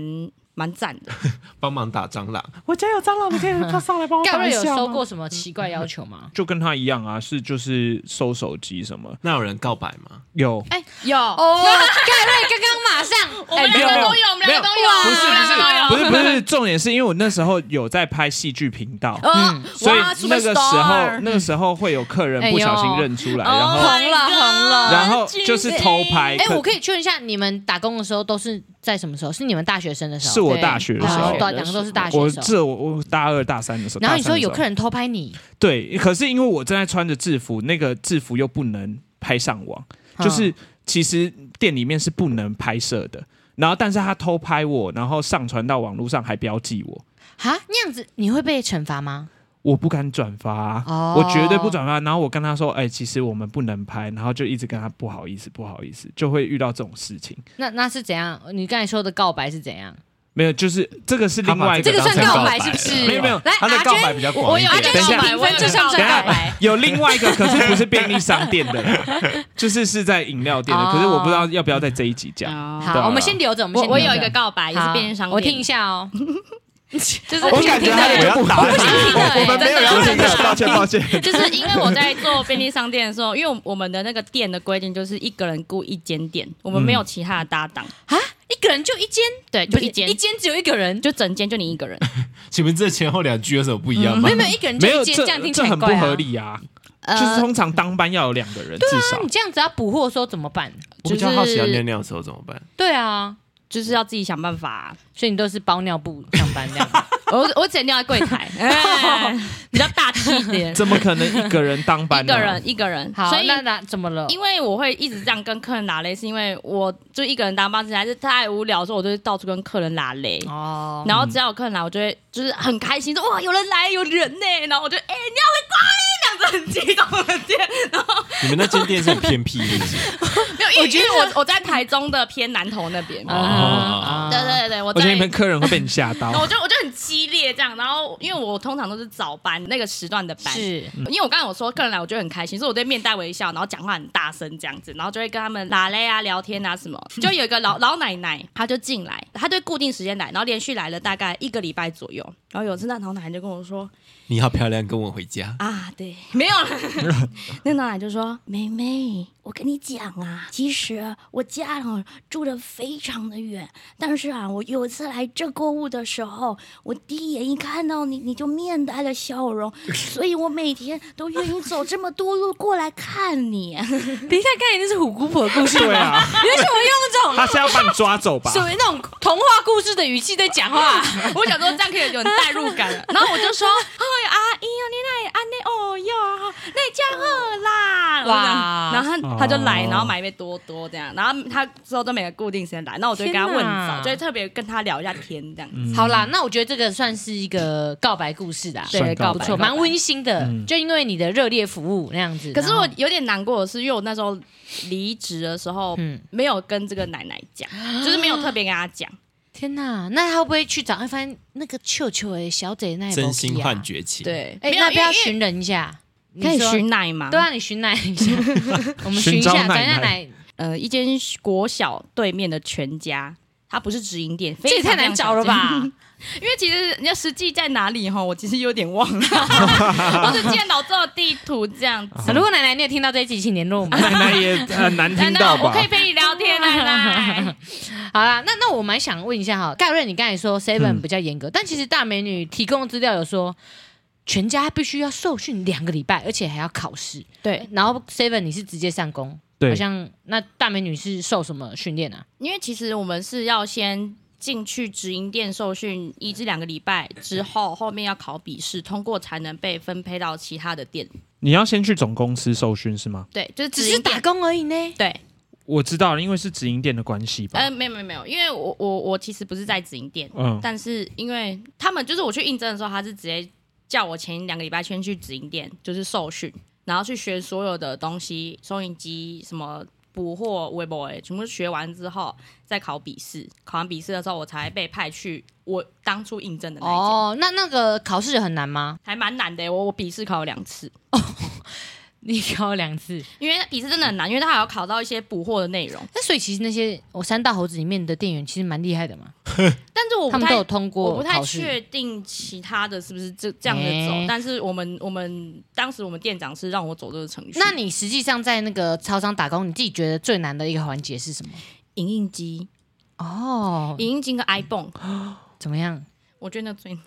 S5: 蛮赞的。
S3: 帮忙打蟑螂，
S4: 我家有蟑螂，你可以他上来帮
S2: 盖瑞有收过什么奇怪要求吗？
S4: 就跟他一样啊，是就是收手机什么
S3: 那有人告白吗？
S4: 有。
S5: 哎、有，
S2: 哦，盖瑞刚刚马上，
S5: 我们
S2: 哎
S5: 两个都有，我们两个都有，啊
S4: 不是
S5: 我们两个都有
S4: 不是不是，重点是因为我那时候有在拍戏剧频道，
S2: 嗯
S5: 哦
S4: 嗯所以
S5: 哇
S4: 那个时候
S5: superstar
S4: 那个时候会有客人不小心认出来，然
S5: 哦 my
S4: 后
S2: 红了
S5: God，
S2: 红了
S4: 然后就是偷拍。
S2: 哎，我可以确认一下，你们打工的时候都是在什么时候？是你们大学生的时候？
S4: 是我大学的时候
S2: 哦，对，两个都是大学
S4: 我
S2: 的时候。
S4: 这我我大二大三的时候，
S2: 然后你
S4: 大三
S2: 说
S4: 的时
S2: 有
S4: 候
S2: 客人偷拍你，
S4: 对，可是因为我正在穿着制服，那个制服又不能拍上网，
S2: 嗯
S4: 就是其实店里面是不能拍摄的。然后，但是他偷拍我，然后上传到网络上，还标记我，
S2: 啊那样子，你会被惩罚吗？
S4: 我不敢转发，
S2: 哦
S4: 我绝对不转发。然后我跟他说，哎、其实我们不能拍，然后就一直跟他不好意思，不好意思，就会遇到这种事情。
S2: 那那是怎样？你刚才说的告白是怎样？
S4: 没有，就是这个是
S3: 他
S4: 另
S3: 把
S4: 外一
S2: 这个
S3: 当
S2: 算
S3: 成
S2: 告
S3: 告
S2: 白
S3: 白
S2: 是不是？
S3: 了
S4: 没有没有
S2: 来，
S3: 他的
S2: 阿
S3: 告白
S2: 娟，
S3: 比较
S2: 我
S3: 广一
S2: 有阿娟
S4: 等
S2: 的
S4: 一下
S2: 告白，分就像是
S5: 等
S2: 告
S4: 等一下
S2: 白。
S4: 有另外一个，可是不是便利商店的，就是是在饮料店的。可是我不知道要不要在这一集讲。
S5: 好
S4: 对啊
S2: 好，我们先留着，我们
S5: 我
S2: 先
S5: 哦我
S2: 留着
S5: 有一个告白，也是
S2: 好
S5: 便利商店，
S2: 我听一，下哦。
S5: 就是
S4: 我感觉他
S3: 我
S4: 也
S3: 要打
S2: 不想听了
S3: 我们没有要听
S5: 真的真
S3: 的，
S5: 的
S3: 抱歉抱歉。
S5: 就是因为我在做便利商店的时候，因为我们的那个店的规定就是一个人雇一间店，我们没有其他的搭 档，
S2: 啊，一个人就一间，
S5: 对，哎就一间
S2: 一，间只有一个人，
S5: 就整间就你一个人。
S3: 请问这前后两句有什么不一样吗
S2: 没有？没有一个人
S4: 没
S2: 就
S4: 有
S2: 一间，
S4: 这
S2: 样听起
S4: 这
S2: 来
S4: 很不
S2: 怪啊
S4: 合。理啊！就是通常当班要有
S1: 哦
S4: 两个人至
S2: 那你
S4: 少，
S2: 这样子要补货的时候怎么办？
S3: 我比较好奇要尿尿的时候怎么办？
S2: 对啊，
S5: 就是要自己想办法、啊
S2: 所以你都是包尿布上班这样。
S5: 我我只能尿在柜台，哎比较大气一点。
S4: 怎么可能一个人当班
S5: 一
S4: 呢？
S5: 个人一个人，
S2: 好
S5: 所，以
S2: 那那怎么了？
S5: 因为我会一直这样跟客人拉雷，是因为我就一个人当班实在是太无聊，所以我就会到处跟客人拉雷。
S2: 哦，
S5: 然后只要有客人来，我就会就是很开心，说哇有人来有人呢、然后我就哎、你哎要会乖，这样子很激动的店。然后
S3: 你们那间店是很偏僻，是不 是？
S5: 没有，因为因为我我在台中的偏南头那边，
S3: 哦，
S2: 啊
S5: 对对对对，我
S4: 我觉得
S5: 在哦
S4: 你。们客人会被你吓
S5: 然后我
S4: 到。
S5: 就我就很激烈这样，然后因为我通常都是早班那个时段的班，
S2: 是
S5: 因为我刚才有说客人来，我就很开心，所以我对面带微笑，然后讲话很大声这样子，然后就会跟他们拉嘞啊、聊天啊什么。就有一个老老奶奶，她就进来，她就固定时间来，然后连续来了大概一个礼拜左右。然后有一次那老奶奶就跟我说
S3: 你好漂亮，跟我回家。
S5: 啊，对，没有了。那老奶奶就说：“妹妹，我跟你讲啊， 其实我家哦住的非常的远，但是啊，我有一次来这购物的时候，我第一眼一看到你，你就面带了笑 容，所以我每天都愿意走这么多路过来看你。
S2: 等一下，刚才那是虎姑婆的故事吗，
S4: 对啊，
S2: 你为什么用这
S4: 他是要把你抓走
S5: 啊
S4: 吧
S2: 种？属于那种童话故事的语气在讲话？
S5: 我想说这样可以有代入 感了，然后我就说：“哎，阿姨哦，你来安内哦哟，那家好啦。”
S2: 哇
S5: 然后他他就来，
S4: 哦
S5: 然后买一杯多多这样，然后他之后都每个固定时间来，那我就会跟他问
S2: 天哪
S5: 早，就会特别跟他聊一下天这样子。
S2: 好啦，那我觉得这个算是一个告白故事啦，
S5: 对，
S4: 算告
S5: 告
S2: 不
S5: 白
S2: 错，蛮。
S5: 告白
S2: 温馨的。
S3: 嗯
S2: 就因为你的热烈服务那样子，
S5: 可是我
S2: 然后
S5: 有点难过的是，因为我那时候离职的时候
S2: 嗯，
S5: 没有跟这个奶奶讲，就是没有特别跟她讲。
S2: 天哪，那他会不会去找？会发现那个球球哎，小姐那也不 OK 啊
S3: 真心换绝情，，
S5: 对，
S2: 哎，
S5: 没有
S2: 那不要
S5: 因为
S2: 寻人一下你
S5: 可以
S2: 说
S5: 寻奶吗？
S2: 对啊，你寻奶一 下，我们寻
S3: 寻
S2: 一
S3: 找
S2: 下，
S3: 奶
S2: 找一
S3: 奶
S2: 下奶，
S5: 呃，一间国小对面的全家，它不是直营店，
S2: 这也太难找了吧？
S5: 因为其实人家实际在哪里哈，我其实有点 忘了，我只见到这地图这样
S3: 啊
S5: 子。
S2: 如果奶奶你有听到这一集，请联络我 们。
S1: 奶奶也很难
S5: 奶
S1: 听
S5: 奶，
S1: 到
S5: 我
S1: 吧
S5: 可？以陪你聊天，啊 奶奶。
S2: 好啦，那那我蛮想问一下哈，盖瑞，你刚才说 Seven
S3: 嗯
S2: 比较严格，但其实大美女提供的资料有说，全家必须要受训两个礼拜，而且还要考试。
S5: 对，
S2: 然后 Seven 你是直接上工，
S3: 对
S2: 好像那大美女是受什么训练啊？
S5: 因为其实我们是要先。进去直营店受训一至两个礼拜之后，后面要考笔试，通过才能被分配到其他的店。
S1: 你要先去总公司受训是吗？
S5: 对，就是
S2: 只
S5: 直
S2: 是
S5: 营
S2: 打
S5: 店。
S2: 工而已呢。
S5: 对，
S1: 我知道了，因为是直营店的关系吧。
S5: 呃，没有没有没有，因为我我我其实不是在直营店，
S1: 嗯，
S5: 但是因为他们就是我去应征的时候，他是直接叫我前两个礼拜先去直营店，就是受训，然后去学所有的东西，收银机什么补货、微博，全部学完之后再考笔试。考完笔试的时候，我才被派去我当初应征的那一间。
S2: 哦，那那个考试很难吗？
S5: 还蛮难的耶，我我笔试考了两次，
S2: 你考两次，
S5: 因为笔试真的很难，因为它还要考到一些补货的内容。
S2: 那所以其实那些我三大猴子里面的店员其实蛮厉害的嘛，
S5: 但是我
S2: 他
S5: 不
S2: 们都
S5: 太
S2: 有通过
S5: 我不太
S2: 考试
S5: 确定其他的是不是这这样的走，
S2: 欸
S5: 但是我们我们当时我们店长是让我走这个程序。
S2: 那你实际上在那个超商打工，你自己觉得最难的一个环节是什么？
S5: 影印机、
S2: 哦，
S5: 影印机跟 iPhone，
S2: 怎么样？
S5: 我觉得那最难。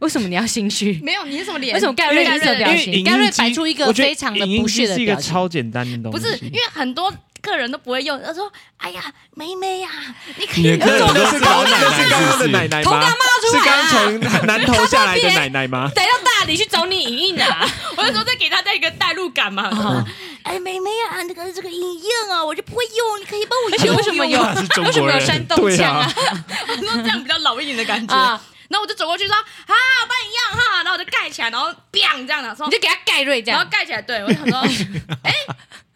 S2: 为什么你要心 虚？
S5: 没有，你是什么脸？
S2: 为什么盖瑞
S5: 因为
S2: 是这个表
S1: 因
S2: 情
S1: 为影印
S2: 盖瑞
S1: 机
S2: 摆出一个
S1: 我觉得
S2: 非常的
S1: 影印
S2: 不
S1: 机
S2: 屑的
S1: 是一个
S2: 表情
S1: 超简单的东
S5: 不
S1: 西。
S5: 是因为很多客人都不会用，他说：“哎呀，妹妹呀、你可
S3: 你
S5: 以
S3: 的客人都是老奶
S1: 是刚刚的 奶
S3: 奶，
S1: 奶吗？
S5: 啊
S1: 是刚从南头下来的奶奶 吗？
S2: 等到大理去找你影印啊！
S5: 我就说再给大家一个代入感嘛。 哎，妹妹啊，那个这个影印啊，我就不会用，你可以帮我
S2: 而且
S5: 用
S2: 为什么 有
S5: 用吗
S3: 是中
S2: 为什么
S3: 国
S2: 有
S3: 人。
S2: 山东
S1: 对
S2: 腔
S1: 啊
S2: 啊？，
S5: 我说这样比较老一点的感觉。
S2: 啊，
S5: 然后我就走过去说：“啊，我帮你样哈。”然后我就盖起来，然后 biang 这样的说
S2: 你就给他盖瑞这
S5: 然后
S2: 样。
S5: 盖起来，对我想说， 哎、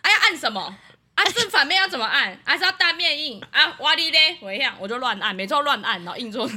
S5: 哎、要按什么？啊，正反面要怎么按？还、是要单面印？啊，哇哩嘞，我一样，我就乱按，每次都乱按，然后印错。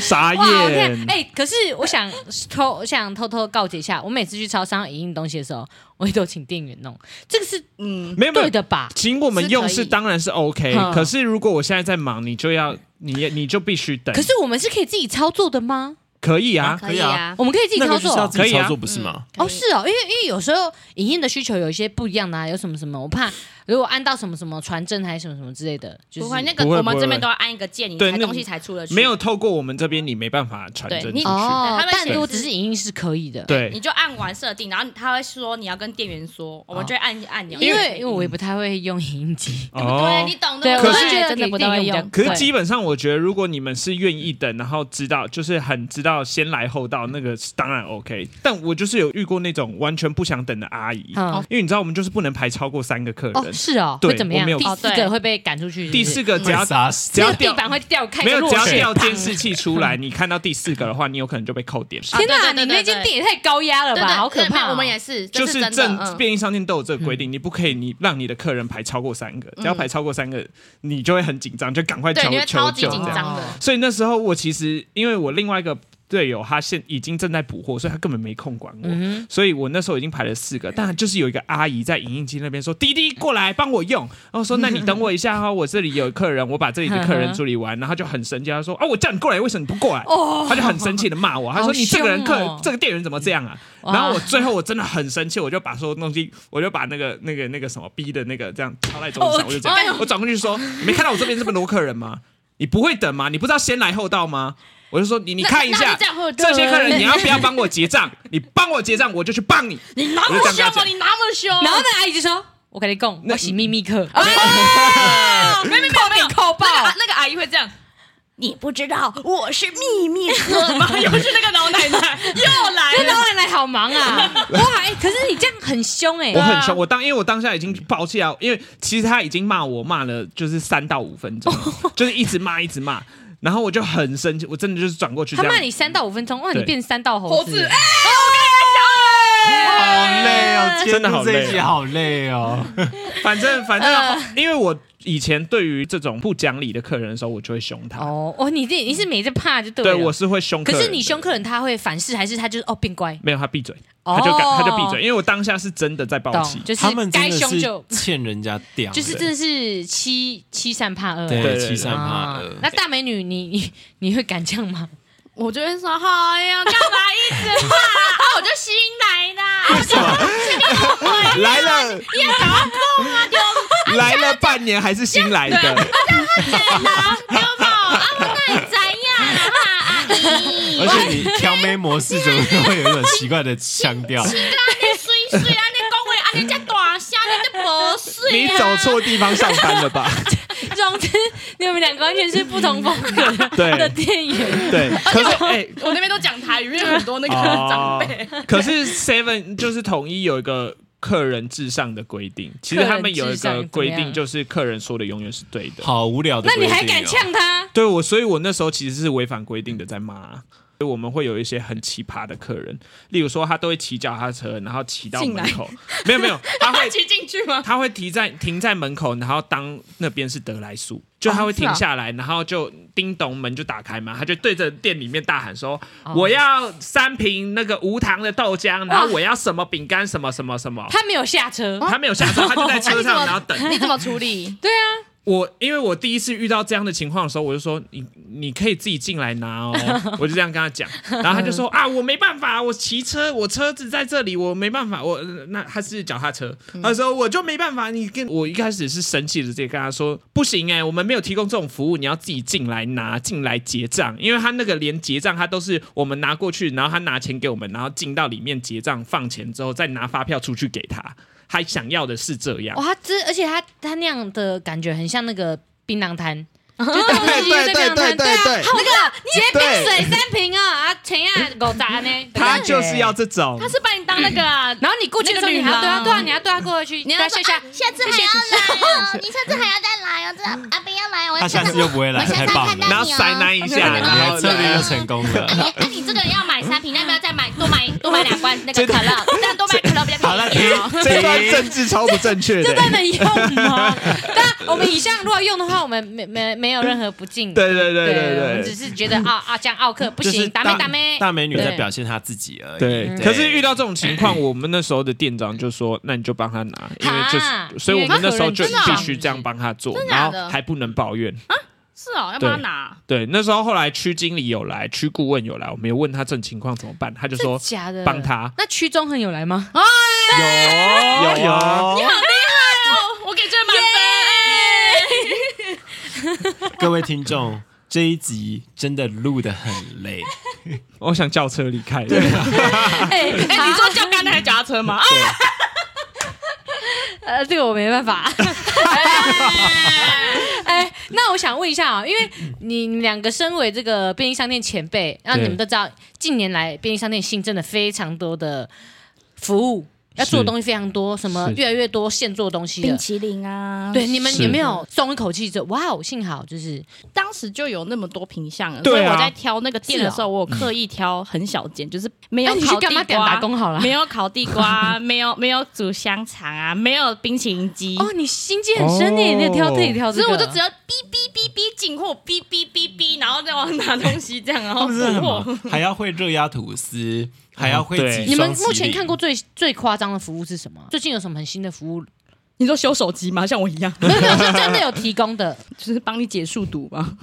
S1: 傻
S2: 哇！我天
S1: 眼，！
S2: 哎、可是我想偷，我想偷偷告诫一下，我每次去超商影印东西的时候，我也都请店员弄，这个是
S5: 嗯，
S1: 没有没有
S2: 对，的吧？
S1: 请我们用是当然是 OK，
S2: 嗯
S1: 可是如果我现在在忙，你就要你你就必须等。
S2: 可是我们是可以自己操作的吗？
S1: 可以啊，
S3: 可以啊，
S2: 我们可以自己
S3: 那
S2: 操
S3: 个就是
S2: 作
S3: 要
S2: 哦。
S3: 自己
S1: 可以
S3: 操
S1: 啊
S3: 作，不是吗？
S2: 哦，是哦，因为因为有时候影印的需求有一些不一样的、啊，有什么什么，我怕如果按到什么什么传真还是什么什么之类的，就
S5: 不
S2: 是
S5: 会，那个
S1: 不会
S5: 我们
S1: 不会
S5: 这边都要按一个键，你
S1: 对
S5: 才
S1: 那
S5: 东西才出得去。
S1: 没有，透过我们这边，你没办法传
S5: 对
S1: 真出
S5: 你
S1: 去。
S5: 对
S2: 哦
S5: 他，们
S2: 但
S5: 显
S2: 如果
S5: 示
S2: 只是影印是可以的，
S5: 你
S1: 对，
S5: 就按完设定，然后他会说你要跟店员说，
S1: 哦
S5: 我们就会按按钮。
S2: 因为因为我也不太会用影印机，
S1: 哦
S5: 对啊你懂的，
S2: 对，我
S5: 不
S1: 可
S2: 就是觉得
S5: 真的不
S2: 给
S5: 太
S2: 店
S5: 会
S2: 员比较
S5: 用。
S1: 可是
S2: 贵
S1: 基本上，我觉得如果你们是愿意等，然后知道就是很知道先来后到，那个是当然 OK。但我就是有遇过那种完全不想等的阿姨，
S2: 嗯
S1: 因为你知道我们就是不能排超过三个客
S2: 哦
S1: 人，
S2: 是哦，
S1: 对
S2: 会怎么
S1: 我没
S2: 样？
S1: 有
S2: 第
S5: 哦
S2: 四
S5: 对
S2: 个会被赶出去，
S1: 第四个只要
S3: 会杀死
S1: 只
S2: 只
S1: 要
S2: 要嗯地
S1: 掉
S2: 板会掉开，
S1: 没有只要
S3: 水
S1: 掉监视器出 来，你看到第四个的话，你有可能就被扣点数。
S2: 天
S5: 啊对
S2: 哪，
S5: 对对
S2: 你那间店也太高压了
S5: 对对
S2: 吧，好可
S5: 对没
S2: 怕
S5: 有
S2: 哦！
S5: 我们也是，这
S1: 就是是
S5: 真的
S1: 正
S5: 嗯
S1: 便利商店都有这个规定，你不可以你让你的客人排超过三个，只要排超过三个，你就会很紧张，就赶快
S5: 嗯
S1: 求
S5: 对，你会超
S1: 求
S5: 级
S1: 救这
S5: 紧
S1: 样。
S5: 张的。
S1: 所以那时候我其实因为我另外一个队友他现已经正在补货，所以他根本没空管我，
S2: 嗯
S1: 所以我那时候已经排了四个，但就是有一个阿姨在影印机那边说：“滴滴过来帮我用。”然后说：“那你等我一下哈，我这里有客人，我把这里的
S2: 嗯
S1: 客人处理完。”然后就很生气，他说：“啊，我叫你过来，为什么你不过来？”他就很生气的骂 我，他
S2: 哦好
S1: 说：“你这个人
S2: 凶
S1: 客
S2: 哦
S1: 这个店员怎么这样啊？”
S2: 哇
S1: 然后我最后我真的很生气，我就把所有东西，我就把那个那个那个什么逼的那个这样敲在桌子上，我就这样
S2: 哎呦，
S1: 我转过去说：“你没看到我这边这么多客人吗？你不会等吗？你不知道先来后到吗？”我就说你，你
S5: 那
S1: 看一
S5: 那
S1: 下
S5: 就这样会有
S1: 这些客人，
S5: 对
S1: 你要不要帮我结账？你帮我结账，我就去帮你。
S5: 你那
S1: 我就这
S5: 么
S1: 样
S5: 凶吗？哦
S1: 跟他讲
S5: 你那么凶？
S2: 然后那个阿姨就说：“我跟你讲，我是秘密哦客，
S5: 没没没有没有
S2: 扣爆
S5: 那个那个阿姨会这样。你不知道我是秘 密客吗？又是那个老奶奶又来
S2: 那
S5: 了，
S2: 老奶奶好忙啊！哇，哎，可是你这样很凶哎
S1: 我，很凶，我当因为我当下已经爆气啊，因为其实他已经骂我骂了就是三到五分 钟，就是一直骂一直骂，然后我就很生气，我真的就是转过去
S2: 他
S1: 这样
S2: 骂，你三到五分钟，哇，你
S1: 对
S2: 变三道猴
S5: 猴
S2: 子
S5: 子，哎，我跟你讲，
S1: 好累哦，真的好累哦
S3: 这一集好累哦。
S1: 反正反正，
S2: 呃
S1: 因为我以前对于这种不讲理的客人的时候，我就会凶他。
S2: 哦哦，你这你是每次怕就对了。
S1: 对，我是会凶客
S2: 可
S1: 人的。
S2: 是你凶客人，他会反噬，还是他就是哦变乖？
S1: 没有他闭嘴，
S2: 哦
S1: 他就敢他就闭嘴，因为我当下是真的在暴气
S2: 懂，。就是
S3: 他们真
S2: 该
S3: 的
S2: 凶
S3: 是
S2: 就
S3: 欠人家屌，
S2: 就是真的是欺欺善怕恶。
S3: 对
S1: 对
S3: 欺善怕
S2: 啊
S3: 恶。
S2: 那大美女，你你你会敢这样吗？
S5: 我就会说，哎呀，干嘛一直怕？啊我就新来的啊，我就
S1: 来了，你搞来了半年还是新来的，
S5: 丢宝啊，我那你怎样啊？啊，你
S3: 而且你挑眉模式怎么会有一种奇怪的腔 调？
S5: 你水水啊，你讲话啊，你这大声，你这无水
S1: 你
S5: 啊。
S1: 走错地方上班了吧？
S2: 总之，你们两个完全是不同风格的
S1: 对
S2: 的电影。
S1: 对，
S5: 哦
S1: 可是哎，
S5: 我那边都讲台语，因为很多那个
S1: 哦
S5: 长辈。
S1: 可是 Seven 就是统一有一个客人至上的规定，其实他们有一个规
S2: 客人至上怎么
S1: 定，
S2: 样
S1: 就是客人说的永远是对的。
S3: 好无聊的
S2: 那
S3: 规定
S2: 你
S3: 哦。
S2: 还敢呛他？
S1: 对我，所以我那时候其实是违反规定的，在骂。啊所以我们会有一些很奇葩的客人，例如说他都会骑脚踏车，然后骑到
S5: 进
S1: 门
S5: 来
S1: 口，没有没有， 他会
S5: 骑进去吗？
S1: 他会停在停在门口，然后当那边是德莱素，就
S5: 哦
S1: 他会
S5: 啊
S1: 停下来，然后就叮咚门就打开嘛，他就对着店里面大喊说：“
S5: 哦
S1: 我要三瓶那个无糖的豆浆，然后我要什么饼干，什么什么什么。
S2: 他没有下车，”
S1: 他没有下车，他就在
S5: 那你
S1: 车上，
S5: 怎么
S1: 然后等。
S5: 你怎么处理？
S2: 对啊，
S1: 我因为我第一次遇到这样的情况的时候，我就说你你可以自己进来拿哦，我就这样跟他讲，然后他就说啊我没办法，我骑车，我车子在这里，我没办法，我呃那他是脚踏车，他说我就没办法，你跟我一开始是生气的，直接跟他说不行哎、我们没有提供这种服务，你要自己进来拿，进来结账，因为他那个连结账他都是我们拿过去，然后他拿钱给我们，然后进到里面结账放钱之后再拿发票出去给他，他想要的是这样。
S2: 哇，他这而且他他那样的感觉很像那个槟榔 摊，就大部分就是槟榔摊，对啊，
S6: 对，
S2: 那个结冰水三瓶啊，啊，钱啊，狗杂呢，
S1: 他哎就是要这种，
S5: 他是把你当那个啊，
S2: 然后你过去的时候，你还要对
S5: 那
S2: 啊
S5: 个女郎
S2: 对啊，你要对他过去，你要啊下下
S6: 下次还要来哦，你下次还要再来哦，这阿斌要来，我
S3: 他啊下次又不会来，
S6: 我下
S3: 太
S6: 次要
S3: 棒
S6: 看
S3: 了！
S6: 到
S1: 然后
S6: 你哦
S1: 塞
S2: 啊
S1: 那一下，
S3: 你
S1: 然后
S3: 还策略又成功了。
S6: 哎哎你这个人要买三瓶，那不要再买，多买多买两罐那
S5: 可乐，但多买可乐比较
S3: 好了，
S5: 便宜
S3: 停
S5: 哦。
S3: 停
S6: 这
S1: 段政治超不正确
S2: 这段能用吗？但我们以上如果用的话，我们没没没有任何不敬。
S1: 对对对
S2: 我
S1: 对
S2: 们
S1: 对
S2: 只是觉得啊啊，这样奥 克不
S3: 就是
S2: 行，打咩
S3: 大
S2: 打咩。
S3: 大美女在表现她自己而已。
S1: 对
S3: 对
S1: 可是遇到这种情况，我们那时候的店长就说：“那你就帮他拿，因为就是，所以我们那时候就
S5: 因为客人
S1: 必须这样帮他做，
S5: 真的
S1: 然
S5: 假的
S1: 后还不能抱怨。
S5: 是哦，要帮他拿。
S1: 对，那时候后来区经理有来，区顾问有来，我们有问他这种情况怎么办，他就说
S2: 真假的
S1: 帮他。
S2: 那屈中恒有来吗？
S1: 有啊有
S3: 啊
S5: 哦
S1: 有，
S5: 我给这个满
S2: 哎
S5: 分。
S3: 各位听众，这一集真的录的很累，
S1: 我想叫车离开。
S2: 哎
S5: 哎，你说叫干的还是脚踏车吗？啊，
S2: 呃，这个我没办法。 哎，那我想问一下啊，因为你们两个身为这个便利商店前辈，那
S1: 对
S2: 你们都知道，近年来便利商店新增了非常多的服务，要做的东西非常多，什么
S1: 是
S2: 越来越多现做东西的
S5: 冰。淇淋啊，
S2: 对，你们
S1: 是
S2: 有没有松一口气？就哇哦，幸好就是
S5: 当时就有那么多品相了，
S1: 对
S5: 所
S1: 啊
S5: 以我在挑那个店的时候，我有刻意挑很小间，就是没有
S2: 那你去
S5: 烤
S2: 干嘛
S5: 地
S2: 点打
S5: 瓜，
S2: 工好了？
S5: 没有烤地瓜，没有没有煮香肠啊，没有冰淇淋机。
S2: 哦，你心机很深耶，
S1: 哦
S2: 你有挑这里挑
S5: 所
S2: 这
S5: 以
S2: 个，
S5: 我就只要哔哔哔哔进货，哔哔哔哔，然后再往拿东西这样，然
S3: 他
S5: 后
S3: 们真的
S5: 补
S3: 很
S5: 货。
S3: 忙，还要会热压吐司，还要会
S1: 嗯对
S3: 挤
S2: 你们
S3: 双
S2: 目
S3: 麒
S2: 前
S3: 麟，
S2: 看过最最夸张的服务是什么？最近有什么很新的服 务？
S5: 你说修手机吗？像我一样，
S2: 没有，没有是真的有提供的。
S5: 就是帮你解数独吗？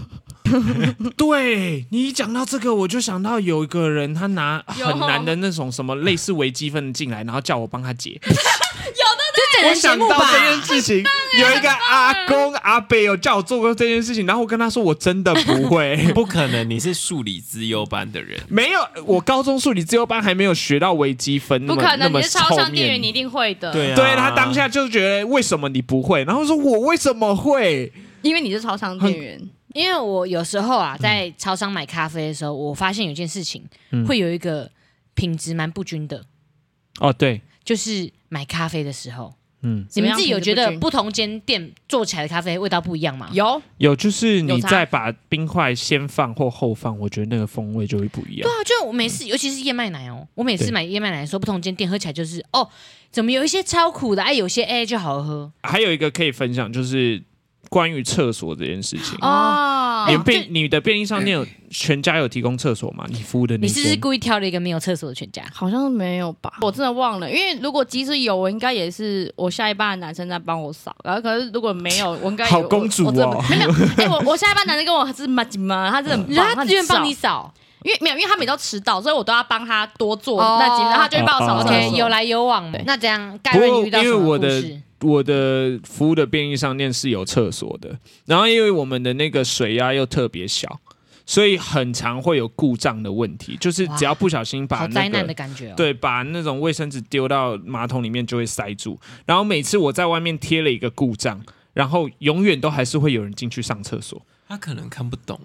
S1: 对你一讲到这个，我就想到有一个人，他拿 很难的那种什么类似微积分进来，然后叫我帮他 解。
S2: 就整
S1: 我
S2: 人节
S1: 想
S2: 目
S1: 到
S2: 吧。
S1: 这件事情，有一个阿公阿伯有叫我做过这件事情，然后我跟他说我真的不会
S3: 不可能，你是数理资优班的人，
S1: 没有，我高中数理自由班还没有学到微积分那
S5: 不
S1: 么，
S5: 可能，
S1: 那
S5: 你
S1: 么
S5: 是超
S1: 后
S5: 商店
S1: 面
S5: 员，你一定会的。
S3: 对啊，
S1: 对他当下就觉得为什么你不会，然后说我为什么会，
S5: 因为你是超商店员，
S2: 因为我有时候啊，在超商买咖啡的时候，我发现有件事情会有一个品质蛮不均的，
S1: 哦对，
S2: 就是买咖啡的时候，
S7: 嗯，
S2: 你
S5: 怎么
S2: 们
S5: 样
S2: 自己有觉
S5: 品
S2: 得
S5: 质不
S2: 不同间店做起来的咖啡味道不一样吗？
S5: 有
S1: 有就是你
S5: 有差
S1: 再把冰块先放或后放，我觉得那个风味就会不一样
S2: 对。啊，就我每次，尤其是燕麦奶哦，我每次
S1: 嗯对
S2: 买燕麦奶的时候，不同间店喝起来就是哦，怎么有一些超苦的，哎、有些哎就好喝。
S1: 还有一个可以分享就是关于厕所这件事情。
S5: 哦
S1: 你便你的便利商店有全家有提供厕所吗？你服务的那
S2: 你是不是
S1: 间
S2: 故意挑了一个没有厕所的全家？
S5: 好像是没有吧，我真的忘了。因为如果即使有，我应该也是我下一班的男生在帮我扫。然后可是如果没 有，我应该也
S1: 好公主哦
S5: 我我真的没有，没有哎、我我下一班男生跟我是妈吉妈，他真的很
S2: 你让
S5: 棒，
S2: 他
S5: 很
S2: 自愿帮
S5: 少
S2: 你，扫
S5: 因为没有，因为他每周迟到，所以我都要帮他多做
S2: 哦
S5: 那几，然后他就会帮我扫
S1: 哦
S5: 厕所。
S2: ，OK，有来有往
S5: 对。
S2: 那怎样？盖
S1: 不
S2: 瑞
S1: 过
S2: 你遇到
S1: 因
S2: 什
S1: 为
S2: 么
S1: 我
S2: 故
S1: 的
S2: 事？
S1: 我的服务的便利商店是有厕所的，然后因为我们的那个水压又特别小，所以很常会有故障的问题，就是只要不小心把
S2: 好
S1: 啊那
S2: 灾难的
S1: 个。
S2: 感觉哦。，
S1: 对，把那种卫生纸丢到马桶里面就会塞住，然后每次我在外面贴了一个故障，然后永远都还是会有人进去上厕所。
S3: 他可能看不懂，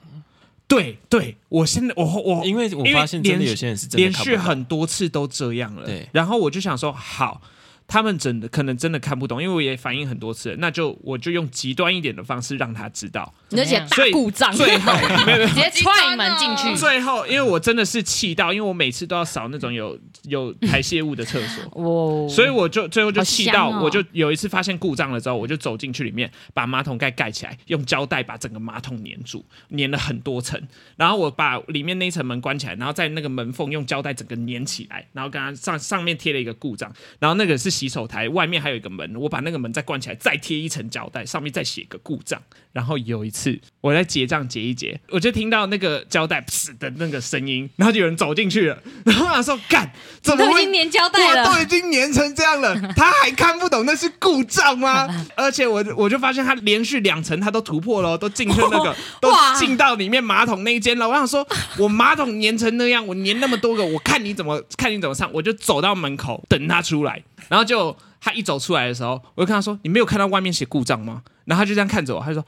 S1: 对对，我现在我我
S3: 因为我发现真的有些人是真的
S1: 连
S3: 看不
S1: 续
S3: 懂
S1: 很多次都这样了。
S3: 对
S1: 然后我就想说，好，他们真的可能真的看不懂，因为我也反映很多次了，那就我就用极端一点的方式让他知道。
S5: 你就写大
S1: 所以
S5: 故障，
S1: 最后没有没有
S2: 直接踹门进
S3: 嗯
S2: 去。
S1: 最后，因为我真的是气到，因为我每次都要扫那种有有排泄物的厕所。
S2: 我
S1: 所以我就最后就气
S5: 哦
S1: 到，
S5: 好香哦
S1: 我就有一次发现故障了之后，我就走进去里面，把马桶盖盖起来，用胶带把整个马桶粘住，粘了很多层。然后我把里面那一层门关起来，然后在那个门缝用胶带整个粘起来，然后跟它上上面贴了一个故障，然后那个是洗手台，外面还有一个门，我把那个门再关起来，再贴一层胶带，上面再写一个故障。然后有一次我在结账结一结，我就听到那个胶带噗的那个声音，然后就有人走进去了，然后我想说干，怎么
S2: 都已
S1: 会
S2: 经粘胶带
S1: 我
S2: 了
S1: 都，已经粘成这样了，他还看不懂那是故障吗？而且我我就发现他连续两层他都突破了哦，都进去那个，都进到里面马桶那一间了。我想说，我马桶粘成那样，我粘那么多个，我看你怎么看你怎么上，我就走到门口等他出来，然后就他一走出来的时候，我就跟他说：“你没有看到外面写故障吗？”然后他就这样看着我，他就说。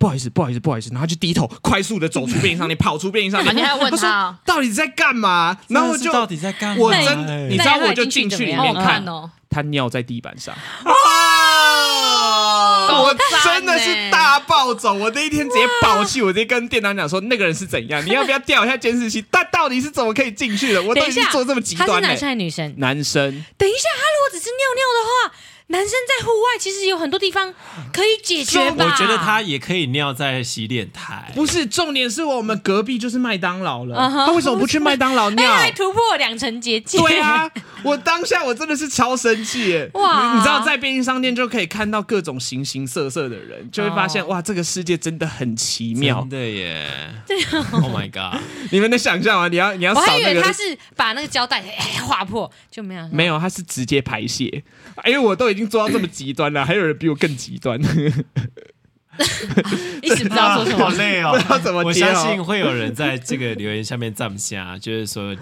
S1: 不好意思，不好意思，不好意思，然后他就低头快速的走出便利商店，跑出便利商
S5: 啊
S1: 店。
S5: 你还要问
S1: 他说
S5: 他哦
S1: 到底在干嘛？然后我
S3: 真
S1: 就
S3: 的是到底在干嘛？
S1: 我真的，你知道我就进去里
S2: 那
S5: 好
S1: 面
S5: 好
S1: 看
S5: 看，哦，
S1: 他尿在地板上，
S5: 狗
S1: 我
S5: 蛋
S1: 真的
S5: 欸
S1: 是哦大暴走！我那一天直接爆气，我直接跟店长讲说，那个人是怎样，你要不要调一下监视器？他到底是怎么可以进去的？我都
S2: 等一
S1: 已经
S2: 下，
S1: 做这么极
S2: 他是
S1: 端欸
S2: 男
S1: 了
S2: 生，还是女生？
S1: 男生
S2: 等一下，他如果只是尿尿的话，男生在户外其实有很多地方可以解决吧？
S3: 我觉得他也可以尿在洗脸台。
S1: 不是重点，是我们隔壁就是麦当劳了，
S2: 嗯哼
S1: 他为什么不去麦当劳
S2: 哎
S1: 尿？
S2: 还突破两层结界。
S1: 对啊，我当下我真的是超生气耶！哇，
S2: 哇
S1: 你知道在便利商店就可以看到各种形形色色的人，就会发现、
S2: 哦
S1: 哇，这个世界真的很奇妙
S3: 真。的耶！对，Oh my god！
S1: 你们能想象吗？你要你要
S2: 我
S1: 扫
S2: 还以
S1: 那
S2: 为
S1: 个
S2: 他是把那个胶带哎划破，就没有
S1: 没有，他是直接排泄，因为我都已经做到这么极端了，还有人比我更极端，
S2: 一时不知道说什
S3: 好
S1: 啊
S2: 么。
S3: 累哦，
S1: 他怎么
S3: 我
S1: 接
S3: 相
S1: 哦
S3: 信会有人在这个留言下面站不下，就是说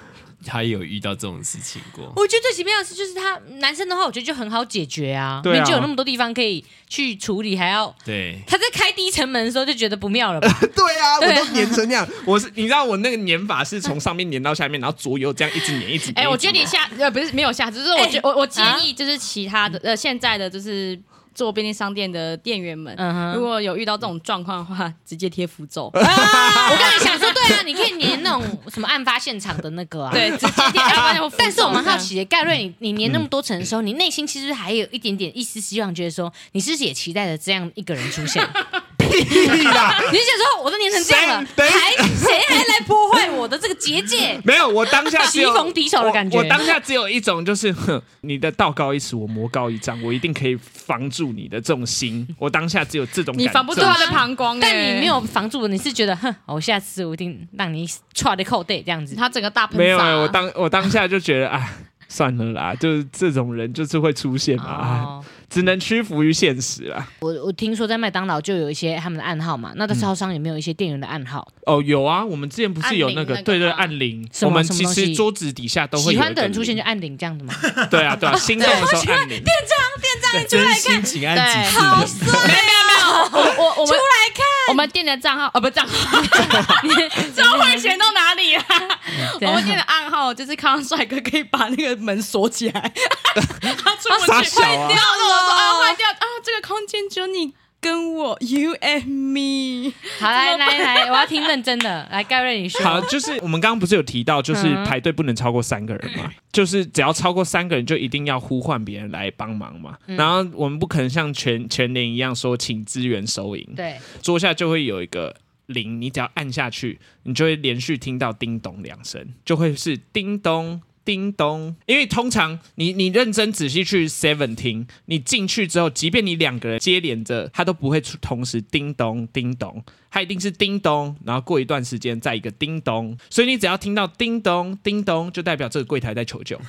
S3: 他有遇到这种事情过。
S2: 我觉得最奇妙的是，就是他男生的话，我觉得就很好解决啊，
S1: 对啊
S2: 因为就有那么多地方可以去处理，还要
S3: 对，
S2: 他在开第一层门的时候就觉得不妙了吧？
S1: 对啊，
S2: 对啊
S1: 我都粘成那样。我是你知道我那个粘法是从上面粘到下面，然后左右这样一直粘一直粘。
S5: 哎、
S1: 一直
S5: 我觉得你
S1: 粘
S5: 下呃不是没有下，只是我觉、
S2: 哎
S5: 我我建议就是其他的、呃现在的就是做便利商店的店员们，
S2: 嗯哼
S5: 如果有遇到这种状况的话，直接贴符咒，
S2: 啊我刚才想说，对啊，你可以粘那种什么案发现场的那个啊。
S5: 对，直接哎贴。要不然就符咒
S2: 但是我蛮好，奇的，盖瑞，你
S1: 嗯
S2: 你粘那么多层的时候，你内心其实还有一点点一丝希望，觉得说你是不是也期待着这样一个人出现？
S1: 屁啦，
S2: 你就想说我都粘成这样了，
S1: 谁等一
S2: 还谁还来破坏我的这个结 界？
S1: 没有，我当下 只有
S2: 棋逢敌手的感觉
S1: 哦我。我当下只有一种就是， 哼，你的道高一尺，我魔高一丈，我一定可以防住你的重心。我当下只有这种感
S5: 你防不住
S1: 这种
S5: 他的膀胱、
S2: 但
S5: 哎
S1: 嗯
S2: 你没有防住我，你是觉得哼，哦我下次我一定让你踹的扣对这样子。
S5: 他整个大喷
S1: 没有、
S5: 洒啊
S1: 哎，我当我当下就觉得， 哎，算了啦，就是这种人就是会出现嘛，哎
S2: 哦，
S1: 只能屈服于现实啦。
S2: 我我听说在麦当劳就有一些他们的暗号嘛，那在超商也没有一些店员的暗号，
S1: 哦，有啊，我们之前不是有
S5: 按铃
S1: 那个，
S5: 那个
S1: 对对，
S5: 吗
S1: 按铃。
S2: 什
S1: 我
S2: 么
S1: 们
S2: 什么
S1: 其
S2: 东西
S1: 实桌子底下都会
S2: 喜
S1: 有
S2: 欢
S1: 一个
S2: 的人出现就
S1: 铃
S2: 按铃 这样子嘛。
S1: 对啊 对啊，心动的时候按铃。
S3: 真心请按几次
S2: 好
S3: 人？
S2: 色，
S5: 我我我们出来看我们店的账号呃不是账 号，账会钱到哪里啊？我们店的暗号就是 康康帅哥可以把那个门锁起来，他出不
S1: 傻
S5: 去
S1: 小啊
S5: 掉了，我说啊坏掉啊！这个空间只有你跟我，you and me。
S2: 好，来来来，我要听认真的，来盖瑞 你说。
S1: 好，就是我们刚刚不是有提到，就是
S2: 嗯
S1: 排队不能超过三个人 嘛，就是只要超过三个人，就一定要呼唤别人来帮忙嘛。
S2: 嗯
S1: 然后我们不可能像全全联一样说请支援收 银，
S2: 对，
S1: 桌下就会有一个铃，你只要按下去，你就会连续听到叮咚两声，就会是叮咚。叮咚，因为通常你你认真仔细去 Seven 听，你进去之后，即便你两个人接连着，它都不会出同时叮咚叮咚，它一定是叮咚，然后过一段时间再一个叮咚，所以你只要听到叮咚叮咚，就代表这个柜台在求救。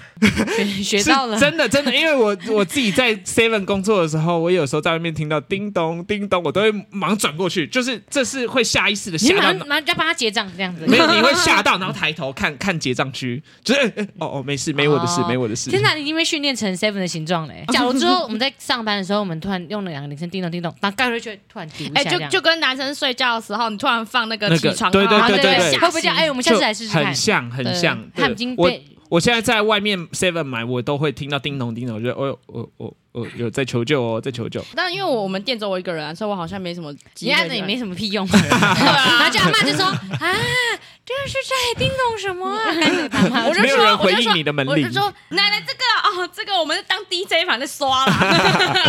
S2: 学学
S1: 是
S2: 到了，
S1: 真的真的，因为我我自己在 Seven 工作的时候，我有时候在外面听到叮咚叮咚，我都会忙转过去，就是这是会下意识的
S2: 你
S1: 吓
S2: 是马
S1: 到
S2: 上
S1: 脑，
S2: 马上要帮他结账这样子。
S1: 没有 你会吓到，然后抬头看看结账区，就是哎哎哦哦没事，没我的事，
S2: 哦
S1: 没我的事。
S2: 天哪，你已经被训练成 Seven 的形状嘞！假如之后我们在上班的时候，我们突然用了两个铃声叮咚叮咚，然后盖瑞就会突然丢一下
S5: 哎，
S2: 这
S5: 就
S2: 样，
S5: 就跟男生睡觉的时候，你突然放那个
S1: 那
S5: 起
S1: 个
S5: 床
S1: 对
S5: 号
S1: 对
S5: 然后
S1: 对
S5: 就
S1: 对
S5: 会
S1: 对
S5: 吓
S2: 会不会这样？
S5: 醒
S2: 哎，我们下次来试试看
S1: 很。像很像，
S2: 他
S1: 对
S2: 已经
S1: 我
S2: 被
S1: 我现在在外面 Seven 买，我都会听到叮咚叮咚，我觉得哦我我我有在求救哦，在求救。
S5: 但因为我我们店只有我一个人啊，所以我好像没什么
S2: 你
S5: 机会。
S2: 按 的也没什么屁用，然后就阿妈就说啊，这是在叮咚什么啊？赶紧把阿嬷
S5: 我就
S1: 没有
S5: 说，
S1: 人
S5: 我
S1: 回
S5: 就说
S1: 应你的门
S5: 我就
S1: 铃。
S5: 说奶奶这个哦，这个我们当 DJ 反正刷啦。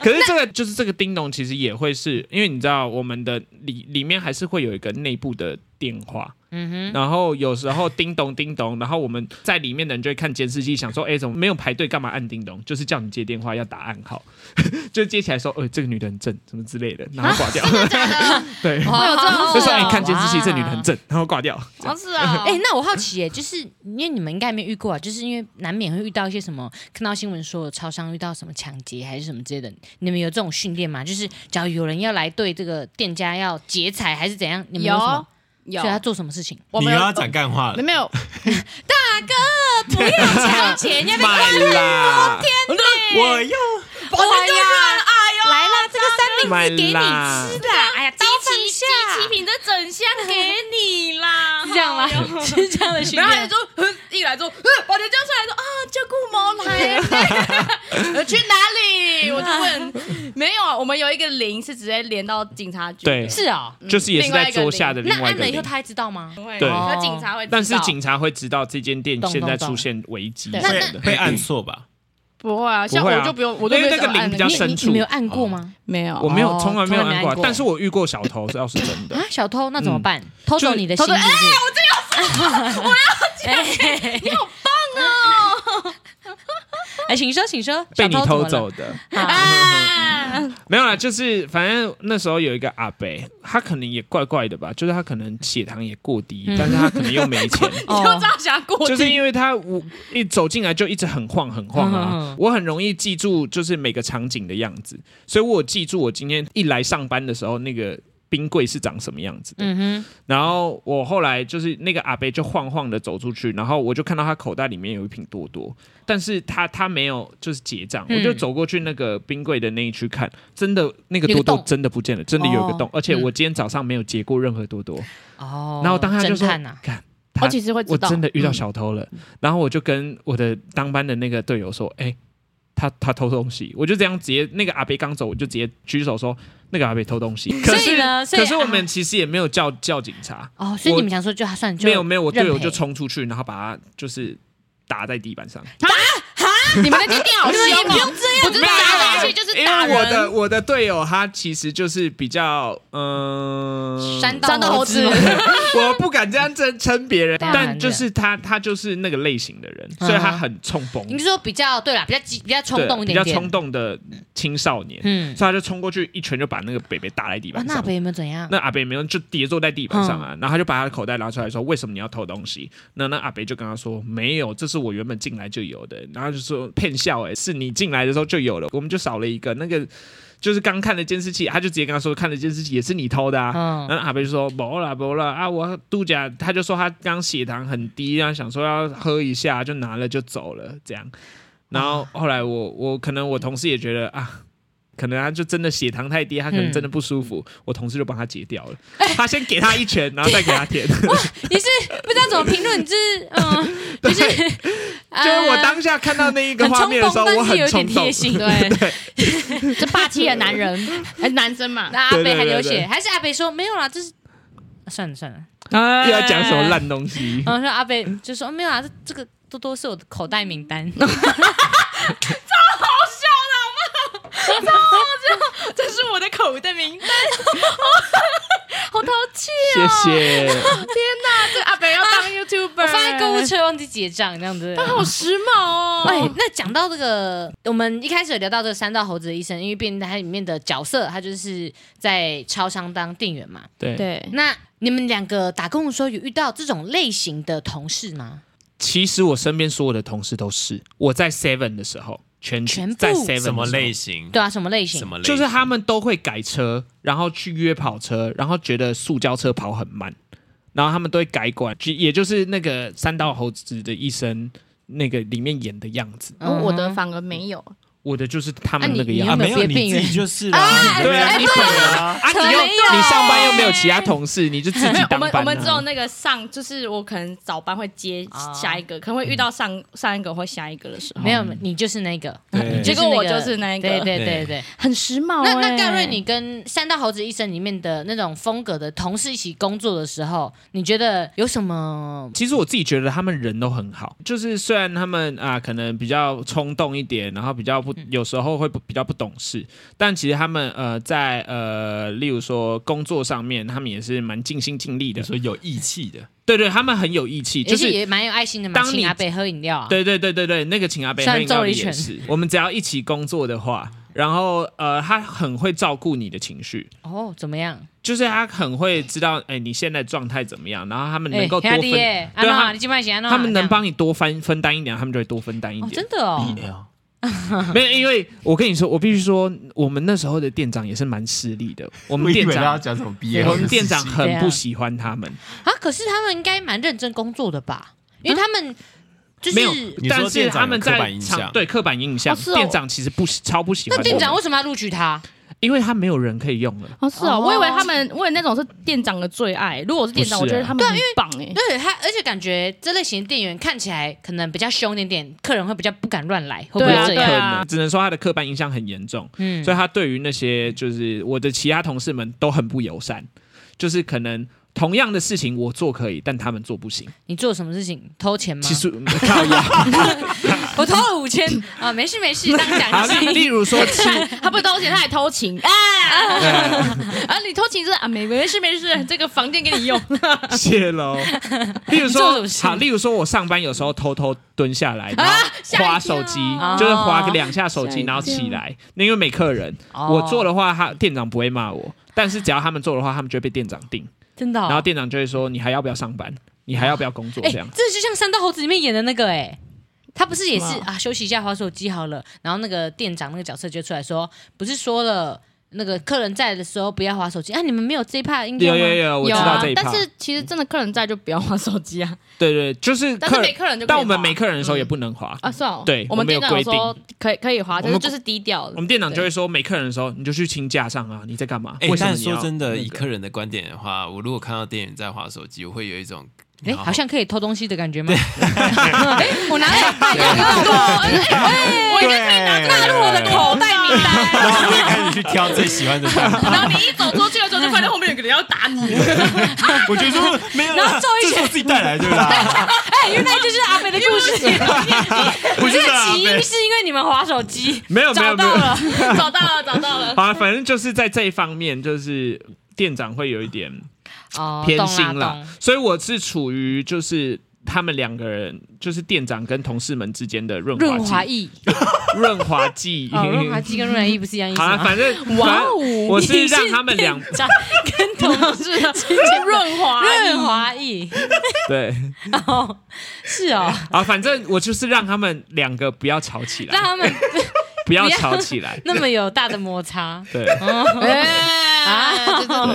S1: 可是这个就是这个叮咚，其实也会是因为你知道我们的里里面还是会有一个内部的电话，
S2: 嗯
S1: 然后有时候叮咚叮咚，然后我们在里面的人就会看监视器，想说，哎，怎么没有排队，干嘛按叮咚？就是叫你接电话要打暗号， 就接起来说，呃，这个女的很正，什么之类的，然后挂掉。 对，
S2: 哼，
S1: 就
S5: 会有这种事哦
S1: 说，哎，
S5: 你
S1: 看监视器，这女的很正，然后挂掉。
S5: 哦，是啊，
S2: 哎、那我好奇耶，就是因为你们应该没遇过啊，就是因为难免会遇到一些什么，看到新闻说超商遇到什么抢劫还是什么之类的，你们有这种训练吗？就是假如有人要来对这个店家要劫财还是怎样，你们有什啊么
S5: 有？有
S2: 所以他做什么事情？
S5: 我
S3: 你又
S5: 们有
S3: 要讲干话
S5: 没
S3: 了，
S5: 没 有
S2: 不要抢劫，人家
S1: 买啦，
S3: 我要
S5: 我们就软了，哎呦，
S2: 来啦，这个
S1: 买
S2: 三明治给你吃
S1: 啦
S2: 啦！哎呀，刀放下，
S5: 七品这整箱给你啦，
S2: 是这 样吗
S5: 哎呦？
S2: 是这样的训
S5: 然后他
S2: 练
S5: 就。说，哼一来就，哼我就叫出来说啊，叫顾毛 来，呃去哪里？我就问，没有，我们有一个零是直接连到警察局，
S1: 对，
S2: 是哦，
S1: 就是也是在桌下的另
S2: 那
S1: 外一
S2: 按
S1: 个
S2: 了以后
S1: 零。
S2: 他还知道吗？
S5: 会，
S1: 对
S5: 有警察会知道，
S1: 但是警察会知道这间店
S2: 懂
S1: 现在
S2: 懂
S1: 出现危机
S5: 对
S1: 什么
S3: 会
S1: 的。
S3: 会按错吧？
S5: 不会啊，像
S1: 不会啊
S5: 我就不用，我就没有
S1: 因为那个零比较
S5: 按那
S2: 你
S1: 深
S2: 你
S1: 处
S2: 你没有按过吗？
S5: 没有，
S1: 我没有
S2: 哦，
S1: 从来没有
S2: 从来没
S1: 按过
S2: 按
S1: 啊
S2: 过，
S1: 但是我遇过小偷，这要是真的
S2: 啊，，小偷那怎么办？偷走
S1: 嗯就是
S2: 你的
S1: 偷哎
S2: 心是
S1: 走
S2: 不是？ 我要讲，你好棒 哦！哎，请说，请说，
S1: 哦被你
S2: 小
S1: 偷
S2: 怎么
S1: 走
S2: 了。
S1: 的。
S5: 哦
S2: 啊
S1: 没有啦，就是反正那时候有一个阿伯，他可能也怪怪的吧，就是他可能血糖也过低，
S2: 嗯
S1: 但是他可能又 没钱。
S5: 你就知道想过去，
S1: 就是因为他我一走进来就一直很晃很晃
S2: 嗯嗯
S1: 啊
S2: 嗯，
S1: 我很容易记住就是每个场景的样子，所以我有记住我今天一来上班的时候那个冰柜是长什么样子的。
S2: 嗯
S1: 然后我后来就是那个阿伯就晃晃的走出去，然后我就看到他口袋里面有一瓶多多，但是他他没有就是结账，
S2: 嗯
S1: 我就走过去那个冰柜的那一区看，真的那个
S2: 有
S1: 多
S2: 个
S1: 多
S2: 洞
S1: 真的不见了，真的有一个洞，
S2: 哦
S1: 而且我今天早上没有结过任何多多，
S2: 哼，哦
S1: 然后当下就说
S2: 侦探哦呐，
S1: 看。
S5: 我
S1: 他
S5: 其实会知
S1: 我
S5: 道，
S1: 真的遇到小偷了，
S2: 嗯
S1: 然后我就跟我的当班的那个队友说：“哎、他他偷东西。”我就这样直接，那个阿北刚走，我就直接举手说：“那个阿北偷东 西。”可
S2: 所以
S1: 是
S2: 呢所以
S1: 可是我
S2: 啊
S1: 们其实也没有叫叫警察，
S2: 哦，所以
S1: 我
S2: 你们想说就他算就
S1: 没有没有，我队友
S2: 认赔
S1: 就冲出去，然后把他就是打在地板上。
S5: 你们那间店好凶
S1: 啊
S5: 哦，不用这样，我就是砸下去就是
S1: 因
S5: 打
S1: 为我
S5: 人，
S1: 的我的队友他其实就是比较嗯，
S2: 山
S5: 山道
S2: 道
S5: 猴
S2: 猴
S5: 子
S2: 子，
S1: 我不敢这样称称别人，
S2: 当然嗯
S1: 但就是他他就是那个类型的人，所以他很冲动，
S2: 你是说比较对啦，比较激比较冲
S1: 对
S2: 动一
S1: 比
S2: 点
S1: 较
S2: 点，
S1: 冲动的青少年。
S2: 嗯，
S1: 所以他就冲过去一拳就把那个北北打在地
S2: 哇，
S1: 板
S2: 哦那
S1: 上
S2: 北。有没有怎样？嗯
S1: 那阿北没有就跌坐在地板上啊，然后他就把他的口袋拿出来说：“为什么你要偷东西？”那那阿北就跟他说：“没有，这是我原本进来就有的。”然后就说：“骗笑哎、是你进来的时候就有了，我们就少了一个那个，就是刚看的监视器。”他就直接跟他说：“看的监视器也是你偷的啊。
S2: 嗯
S1: 然后阿北就说：“没啦没啦啊，我度假。”他就说他刚血糖很低，然后想说要喝一下，就拿了就走了这样。然后后来我我可能我同事也觉得啊，可能他就真的血糖太低，他可能
S2: 嗯
S1: 真的不舒服，我同事就帮他截 掉了。他先给他一拳，然后再给他舔。
S2: 你是不知道怎么评论，你就是嗯，
S1: 对，
S2: 就是 呃
S1: 就是我当下看到那一个画面的时候，我
S2: 很
S1: 很
S2: 冲动但是
S1: 冲
S2: 有点
S1: 动
S2: 贴。心。
S5: 对，这霸气的男人，哎，男生嘛，
S2: 那阿
S1: 对
S2: 北
S1: 对
S2: 还
S1: 对
S2: 流
S1: 对
S2: 血，还是阿北说没有啦，这是啊算了算 了。
S1: 又要讲什么烂东西？
S2: 然后说阿北就说没有啊，这这个多多是我的口袋名 单。
S5: 这是我的口袋名单， 好淘气！啊
S1: 谢谢。
S5: 天哪，这阿北要当 YouTuber，
S2: 我放在购物，车忘记结账，这样子。
S5: 好时髦哦！
S2: 哎，那讲到这个，我们一开始有聊到这个三道猴子的医生，因为变态里面的角色，他就是在超商当店员嘛。
S1: 对，
S5: 对，
S2: 那你们两个打工的时候有遇到这种类型的同事吗？
S1: 其实我身边所有的同事都是我在 Seven 的时候，全
S2: 全部
S1: 在 Seven
S3: 什么类
S1: 型？
S3: 型？
S2: 对啊，什么类型
S3: 什？么类型？
S1: 就是他们都会改车，然后去约跑车，然后觉得塑胶车跑很慢，然后他们都会改管，就也就是那个三道猴子的一生那个里面演的样子。
S5: 然后
S2: 嗯
S5: 哦我的反而没有，
S1: 我的就是他
S2: 啊
S1: 们
S2: 你
S1: 那个
S2: 你
S1: 样
S2: 有
S1: 子
S3: 啊，
S2: 没
S3: 没有
S2: 别病
S3: 你自己
S2: 人
S3: 就是啦，
S1: 对
S5: 哎
S1: 啊，你
S3: 你
S1: 可能
S3: 啊，
S1: 啊，你又
S2: 没有
S1: 你上班又没有其他同事，你就自己
S5: 我
S1: 当
S5: 们
S1: 班
S5: 我
S1: 啊。
S5: 们只哎有那个上，就是我可能早班会接下一
S1: 啊
S5: 个，可能会遇到上上一个或下一个的时候，
S2: 没有，
S1: 嗯
S2: 你就是那个，
S3: 对
S2: 你就是
S5: 结果
S2: 那
S5: 我
S2: 个，
S5: 就是那个
S2: 对对对
S3: 对
S2: 对。
S5: 很时髦
S2: 那
S5: 哎。
S2: 那盖瑞，你跟《三大猴子医生》里面的那种风格的同事一起工作的时候，你觉得有什么？
S1: 其实我自己觉得他们人都很好，就是虽然他们啊可能比较冲动一点，然后比较不
S2: 嗯
S1: 有时候会不比较不懂事，但其实他们呃在呃例如说工作上面，他们也是蛮尽心尽力
S3: 你
S1: 的。
S3: 说有义气 的，
S1: 对对，他们很有义气，
S2: 而
S1: 就
S2: 且
S1: 是。
S2: 也蛮有爱心的嘛，
S1: 当你
S2: 请阿北喝饮料啊。
S1: 对对对对对，那个请阿贝
S2: 虽然
S1: 他应该
S2: 揍了一
S1: 也
S2: 拳
S1: 是，我们只要一起工作的话，然后呃，他很会照顾你的情绪，
S2: 哦，怎么样？
S1: 就是他很会知道，哎、你现在状态怎么样，然后他们能够多
S2: 兄
S1: 分，
S2: 弟哎耶，安
S1: 对
S2: 诺，
S1: 他
S2: 你今晚安诺，
S1: 他们能
S2: 这样
S1: 帮你多分分担一点，他们就会多分担一
S2: 哦，
S1: 点。
S2: 真的
S3: 哎
S2: 哦，
S1: 没有，因为我跟你说，我必须说，我们那时候的店长也是蛮势利的，我们店长。
S3: 讲什么毕
S1: 我们店长
S2: 对
S1: 很
S2: 啊
S1: 不喜欢他们，
S2: 啊，可是他们应该蛮认真工作的吧？因为他们就
S1: 啊没有
S2: 是，
S3: 你说
S1: 但是
S3: 店长
S1: 他们
S3: 有刻板
S1: 在
S3: 印
S1: 场
S3: 象
S1: 对刻板印象，
S5: 哦是哦
S1: 店长其实不喜超不喜欢
S2: 那
S1: 我们。
S2: 店长为什么要录取他？
S1: 因为他没有人可以用了，
S5: 哦是哦，
S2: 哦
S5: 我以为他们，我以为那种是店长的最爱。如果我是店长，
S1: 不
S5: 我
S1: 是啊
S5: 觉得他们很棒
S1: 嗯
S5: 哎。
S2: 对他，而且感觉这类型的店员看起来可能比较凶一点点，客人会比较不敢乱来，会不会
S5: 对啊
S2: 这
S1: 可
S2: 样？
S1: 能只能说他的刻板印象很严重，
S2: 嗯
S1: 所以他对于啊那些就是我的其他同事们都很不友善，就是可能同样的事情我做可以，但他们做不行。
S2: 你做什么事情？偷钱吗？
S1: 其实靠呀，
S2: 我偷了五千 啊，没事 没事，当
S1: 好
S2: 奖
S1: 例例
S2: 金。
S1: 如说吃，
S5: 他不偷钱，他还偷情啊！啊，你偷情就是啊，没没事没事，这个房间给你用。
S1: 谢喽。例如
S2: 做什
S1: 说
S2: 么，事
S1: 好，例如说我上班有时候偷偷蹲下来，然
S5: 啊吓一
S1: 后
S5: 跳
S1: 划手机，
S2: 哦
S1: 就是划个两下手
S5: 吓
S1: 机，
S5: 一跳
S1: 然后起来，那因为没客人，
S2: 哦
S1: 我做的话，他店长不会骂我，但是只要他们做的话，他们就会被店长定，
S2: 真的哦、
S1: 然后店长就会说你还要不要上班，你还要不要工作
S2: 哎、
S1: 这样。
S2: 这就像《三道猴子》里面演的那个哎、他不是也
S5: 什
S2: 是
S5: 么
S2: 啊，休息一下，划手机好了。然后那个店长那个角色就出来说，不是说了那个客人在的时候不要划手机啊？你们没有这一趴应用
S1: 有
S2: 吗？
S1: 有有，我知
S5: 有
S1: 道
S5: 啊
S1: 这一，趴
S5: 但。是其实真的客人在就不要玩手机啊。
S1: 对对，就是
S5: 但是
S1: 客
S5: 没
S1: 人，
S5: 客人就可以滑，
S1: 但我们没客人的时候也
S5: 嗯
S1: 不能划。
S5: 啊，是哦。
S1: 对
S5: 我们
S1: 我们
S5: 店
S1: 有
S5: 长有说
S1: 规
S5: 可以可以滑，但
S1: 我
S5: 是
S1: 们
S5: 就是低调的。
S1: 我们店长就
S5: 对
S1: 会说，没客人的时候你就去请假上啊，你在干嘛？
S3: 哎
S1: 为，什么
S3: 但
S1: 你要
S3: 说真的，
S1: 那
S3: 以
S1: 个
S3: 客人的观点的话，我如果看到店员在划手机，我会有一种
S2: 哎、
S3: 然后
S2: 好像可以偷东西的感觉吗？ 哎、我 拿了，
S5: 我应该可以拿纳入我的口袋名
S3: 然
S5: 单。
S3: 后我就开始去挑最喜欢的蛋 糕。
S5: 然后你一走出去的时候，就发现后面有个人要打你。
S3: 我就说没有
S2: 然后
S3: 啦，
S2: 皱一
S3: 这是我自己带来的啦，
S2: 哎、原来就是阿北的故事。
S3: 不是
S2: 这个
S3: 啊
S2: 起 因是因为你们划手机，
S1: 没有没有没有
S2: 找到了。
S5: 找到了，找到了。
S1: 啊，反正就是在这一方面，就是店长会有一点
S2: 哦
S1: 偏心
S2: 懂
S1: 啦，
S2: 啦，懂
S1: 所以我是处于就是。他们两个人就是店长跟同事们之间的润
S2: 润
S1: 滑
S2: 滑
S1: 剂，
S2: 液
S1: 润滑剂。
S2: 哦，润滑剂跟润滑液不是一样意 思
S1: 好了，
S2: 吗？
S1: 反正哇
S5: 哦
S1: 我是让他们 两
S2: 长跟同事
S5: 润滑
S2: 润滑液
S1: 对
S2: 哦，是哦，
S1: 啊，反正我就是让他们两个不要吵起
S2: 让
S1: 来，
S2: 他们
S1: 不要
S2: 不要
S1: 吵起
S2: 。
S1: 来
S2: 那么有大的摩擦。
S1: 对，
S5: 啊，就是那么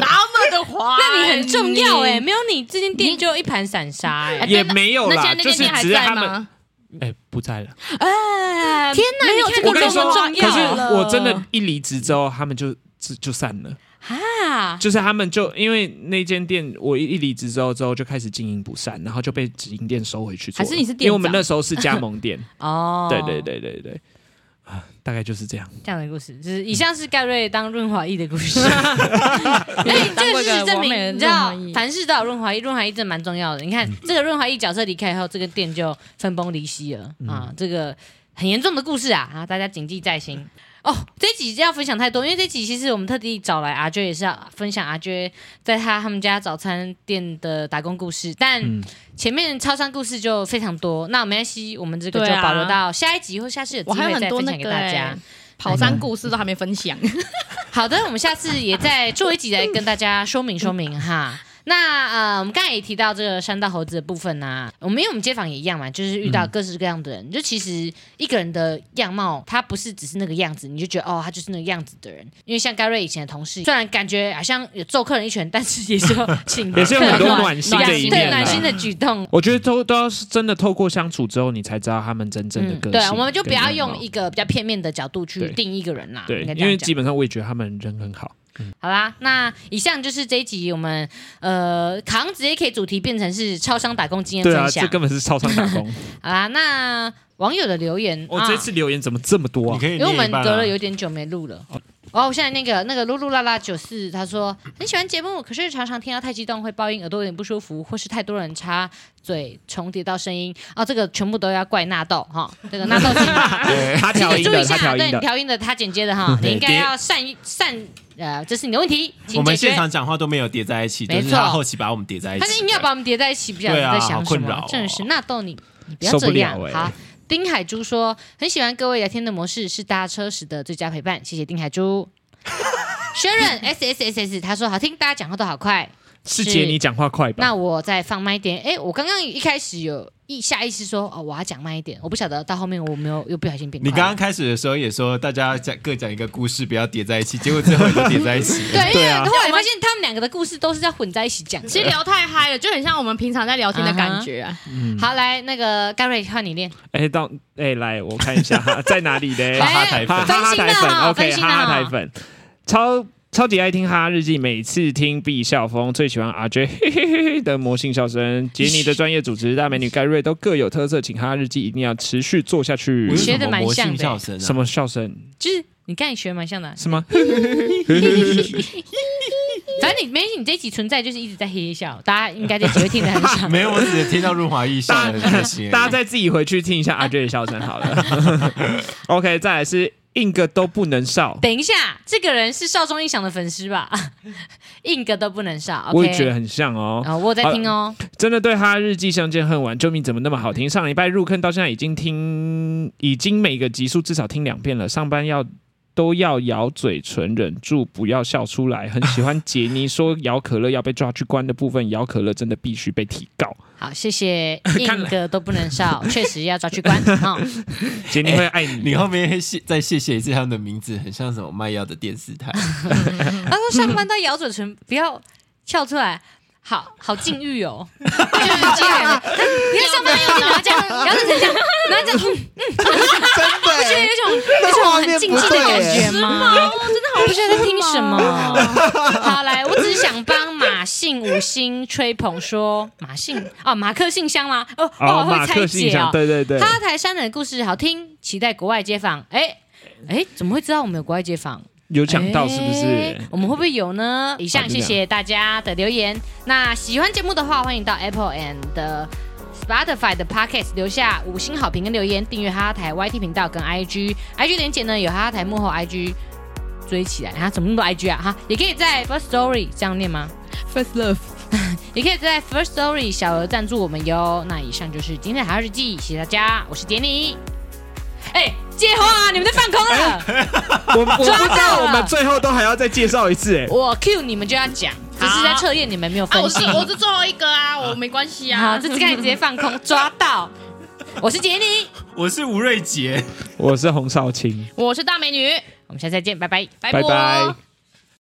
S5: 的滑，
S2: 那你很重要哎，。没有你这间店就一盘散沙哎。
S1: 也没有
S5: 那
S1: 啦，
S5: 现在那
S1: 就
S5: 间
S1: 是
S5: 店还
S1: 只是
S5: 在
S1: 他们
S5: 吗？
S1: 哎不在了。
S5: 哎，
S2: 天哪
S5: 没有
S2: 你
S5: 这
S2: 看
S5: 个
S1: 我跟
S5: 这
S1: 你说
S5: 么重
S1: 可
S5: 要
S1: 是
S5: 了。
S1: 我真的，一离职之后，他们就就就散了。
S5: 啊，
S1: 就是他们就因为那间店，我一一离职之后之后就开始经营不善，然后就被直营店收回去做了。
S5: 还是你是店长
S1: 因为我们那时候是加盟 店，
S2: 哦，
S1: 对对，对对对，啊，大概就是这样。
S2: 这样的故事，就是以上是盖瑞当润滑液的故 事。
S5: 哎
S2: 这个事实证明，你知道，
S5: 反
S2: 凡事都有润滑液，润滑液真的蛮重要的。你看，
S5: 嗯
S2: 这个润滑液角色离开以后，这个店就分崩离析了、
S5: 嗯
S2: 啊，这个很严重的故事啊啊，大家谨记在心。哦，这一集要分享太多，因为这一集其实我们特地找来阿 J 也是要分享阿 J 在他他们家早餐店的打工故事，但
S5: 嗯
S2: 前面超商故事就非常多，那没关系，我们这个
S5: 对
S2: 就
S5: 啊
S2: 保留到下一集或下次有机
S5: 我还
S2: 会
S5: 有
S2: 再
S5: 很多
S2: 分
S5: 那
S2: 享给
S5: 个
S2: 大家
S5: 哎。跑山故事都还没分享，
S2: 好的，我们下次也再做一集来跟大家说明说明哈。那呃，我们刚才也提到这个山道猴子的部分呐、我们因为我们街访也一样嘛，就是遇到各式各样的人，就其实一个人的样貌，他不是只是那个样子，你就觉得哦，他就是那个样子的人。因为像盖瑞以前的同事，虽然感觉好像有揍客人一拳，但是也是有 请
S1: 也是有
S2: 客人
S1: 很多
S2: 暖
S1: 暖心的一面
S2: 对
S1: 啦
S2: 暖心的举动。
S1: 我觉得都都要是真的透过相处之后，你才知道他们真正的
S2: 嗯，
S1: 个性跟
S2: 对，
S1: 样貌。
S2: 我们就不要用一个比较片面的角度去
S1: 对
S2: 定一个人啦。
S1: 对
S2: 应该，这
S1: 因
S2: 样
S1: 为
S2: 讲
S1: 基本上我也觉得他们人很 好。
S2: 好啦，那以上就是这一集我们呃，卡昂直接可以主题变成是超商打工经验
S1: 对啊，
S2: 分
S1: 这
S2: 享。
S1: 根本是超商打 工。
S2: 好啦，那网友的留言，
S1: 我
S2: 啊
S1: 这次留言怎么这么多
S3: 你
S1: 啊？
S3: 可以
S2: 因为我
S3: 念
S2: 们
S3: 一半啊
S2: 隔了有点久没录了。哦，我现在那个那个噜噜啦啦九四，他说很喜欢节目，可是常常听到太激动会爆音，耳朵有点不舒服，或是太多人插嘴重叠到声音。哦，这个全部都要怪纳豆哈，这个纳豆请
S1: 他调
S2: 请
S1: 音
S2: 你注意
S1: 的，
S2: 一
S1: 他
S2: 下，
S1: 调
S2: 对
S1: 音
S2: 你
S1: 的。
S2: 调音的他剪接的哈，你应该
S3: 对
S2: 要善善呃，这是你的问题，
S3: 我
S2: 请解
S3: 们现
S2: 决。
S3: 场讲话都没有叠在一起，
S2: 没
S3: 就
S2: 错
S3: 是他后期把我们叠在一起
S2: 他
S3: 的。
S2: 是硬要把我们叠在一起，不晓得
S3: 对啊
S2: 在想
S3: 好
S2: 什
S3: 困
S2: 么
S3: 扰。哦
S2: 真的是纳豆你，你不要这样
S1: 受不了欸
S2: 好。丁海珠说很喜欢各位聊天的模式，是搭车时的最佳陪伴。谢谢丁海珠。Sharon S S S S，他说好听，大家讲话都好快。
S1: 是姐，你讲话快吧？
S2: 那我再放慢一点。哎，我刚刚一开始有意下意识说哦，我要讲慢一点，我不晓得到后面我没有又不小心变快
S3: 你
S2: 了。。
S3: 刚刚开始的时候也说大家讲各讲一个故事，不要叠在一起，结果最后也都叠在一起
S2: 对，因
S3: 对
S2: 为
S3: 啊
S2: 后来发现他们两个的故事都是在混在一起讲 的。
S5: 其实聊太嗨了，就很像我们平常在聊天的感觉 啊。
S2: 好，来那个盖瑞换你练。
S1: 哎，到哎，来我看一下在哪里嘞？
S3: 哈哈台
S1: 哈
S3: 粉
S1: 哈哈台
S2: 分心了
S1: 粉
S2: 哈
S1: ，OK，
S2: 分心
S1: 哈
S2: 了哈
S1: 哈台粉，超超级爱听哈哈日记，每次听必笑疯，最喜欢 RJ 嘿嘿嘿嘿的魔性笑声，杰尼的专业主持，大美女盖瑞都各有特色，请哈哈日记一定要持续做下去
S3: 我。有
S2: 学
S3: 什
S2: 得
S3: 么
S2: 蛮
S3: 魔
S2: 像的
S3: 性笑声啊？
S1: 什么笑声？
S2: 就是你刚才学得蛮像的啊，
S1: 什 么？
S2: 反正你没事，你这一集存在就是一直在嘿嘿笑，大家应该这集会听得很 爽。
S3: 没有，我只是听到润滑一笑
S1: 大
S3: 很开心而已。
S1: 大家再自己回去听一下 RJ 的笑声好了。OK，再来是硬个都不能少。
S2: 等一下，这个人是少中印象的粉丝吧？ 硬个都不能少。
S1: 我也觉得
S2: OK
S1: 很像哦，
S2: 啊、我有在听哦，
S1: 真的对哈日记相见恨晚，救命怎么那么好听？上礼拜入坑到现在已经听，已经每个集数至少听两遍了。上班要都要咬嘴唇，忍住不要笑出来。很喜欢杰尼说摇可乐要被抓去关的部分，摇可乐真的必须被提 告。
S2: 好，谢谢
S1: 看
S2: 硬
S1: 来
S2: 个都不 能少，确实要抓去关哦哈。
S1: 杰尼会爱你。
S3: 你后面谢再谢谢一次他们的名字，很像什么卖药的电视台。
S2: 他说上班到咬嘴唇，不要翘出来。好好禁欲 哦，
S5: 哎
S2: 就是这样。你看上 班又然后这
S5: 啊
S2: 样，咬嘴唇这样，然后这样，
S3: 真
S2: 就
S3: 的
S2: 有一种有一种很禁忌的感觉吗？我不知道在听 什么。好，来，我只是想帮马姓五星吹捧说，马姓哦，马克信箱吗？哦，我
S1: 哦，
S2: 好会
S1: 马
S2: 拆
S1: 克信
S2: 解哦
S1: 箱，。对对对，
S2: 哈台山人的故事好听，期待国外街访。哎哎，怎么会知道我们有国外街访？
S1: 有抢到是不
S2: 哎
S1: 是？
S2: 我们会不会有呢？以上
S1: 好就这
S2: 谢
S1: 样
S2: 谢大家的留言。那喜欢节目的话，欢迎到 Apple and Spotify 的 Podcast 留下五星好评跟留言，订阅哈哈台 YT 频道跟 IG，IG 连接呢有哈哈台幕后 IG 追起来，啊，怎么那么多 IG 啊？哈，也可以在 First Story 这样念吗？
S5: First love，
S2: 也可以在 First Story 小额赞助我们哟。那以上就是今天的海日记，谢谢大家，我是杰尼。哎、接话、你们在放空
S1: 哎
S2: 了，
S1: 我我不
S2: 抓
S1: 知
S2: 到
S1: 道，
S2: 了
S1: 我们最后都还要再介绍一次哎。
S2: 我 Q 你们就要讲，只是在测验你们有没有
S5: 啊，我
S2: 分
S5: 是
S2: 析。
S5: 我是最后一个啊，我没关系
S2: 好，
S5: 啊，
S2: 这次看你直接放空，抓到。我是杰尼，
S3: 我是吴瑞杰。
S1: 我是洪少卿，
S5: 我是大美女，
S2: 我们下次再见，拜拜。
S5: 拜
S1: 拜拜。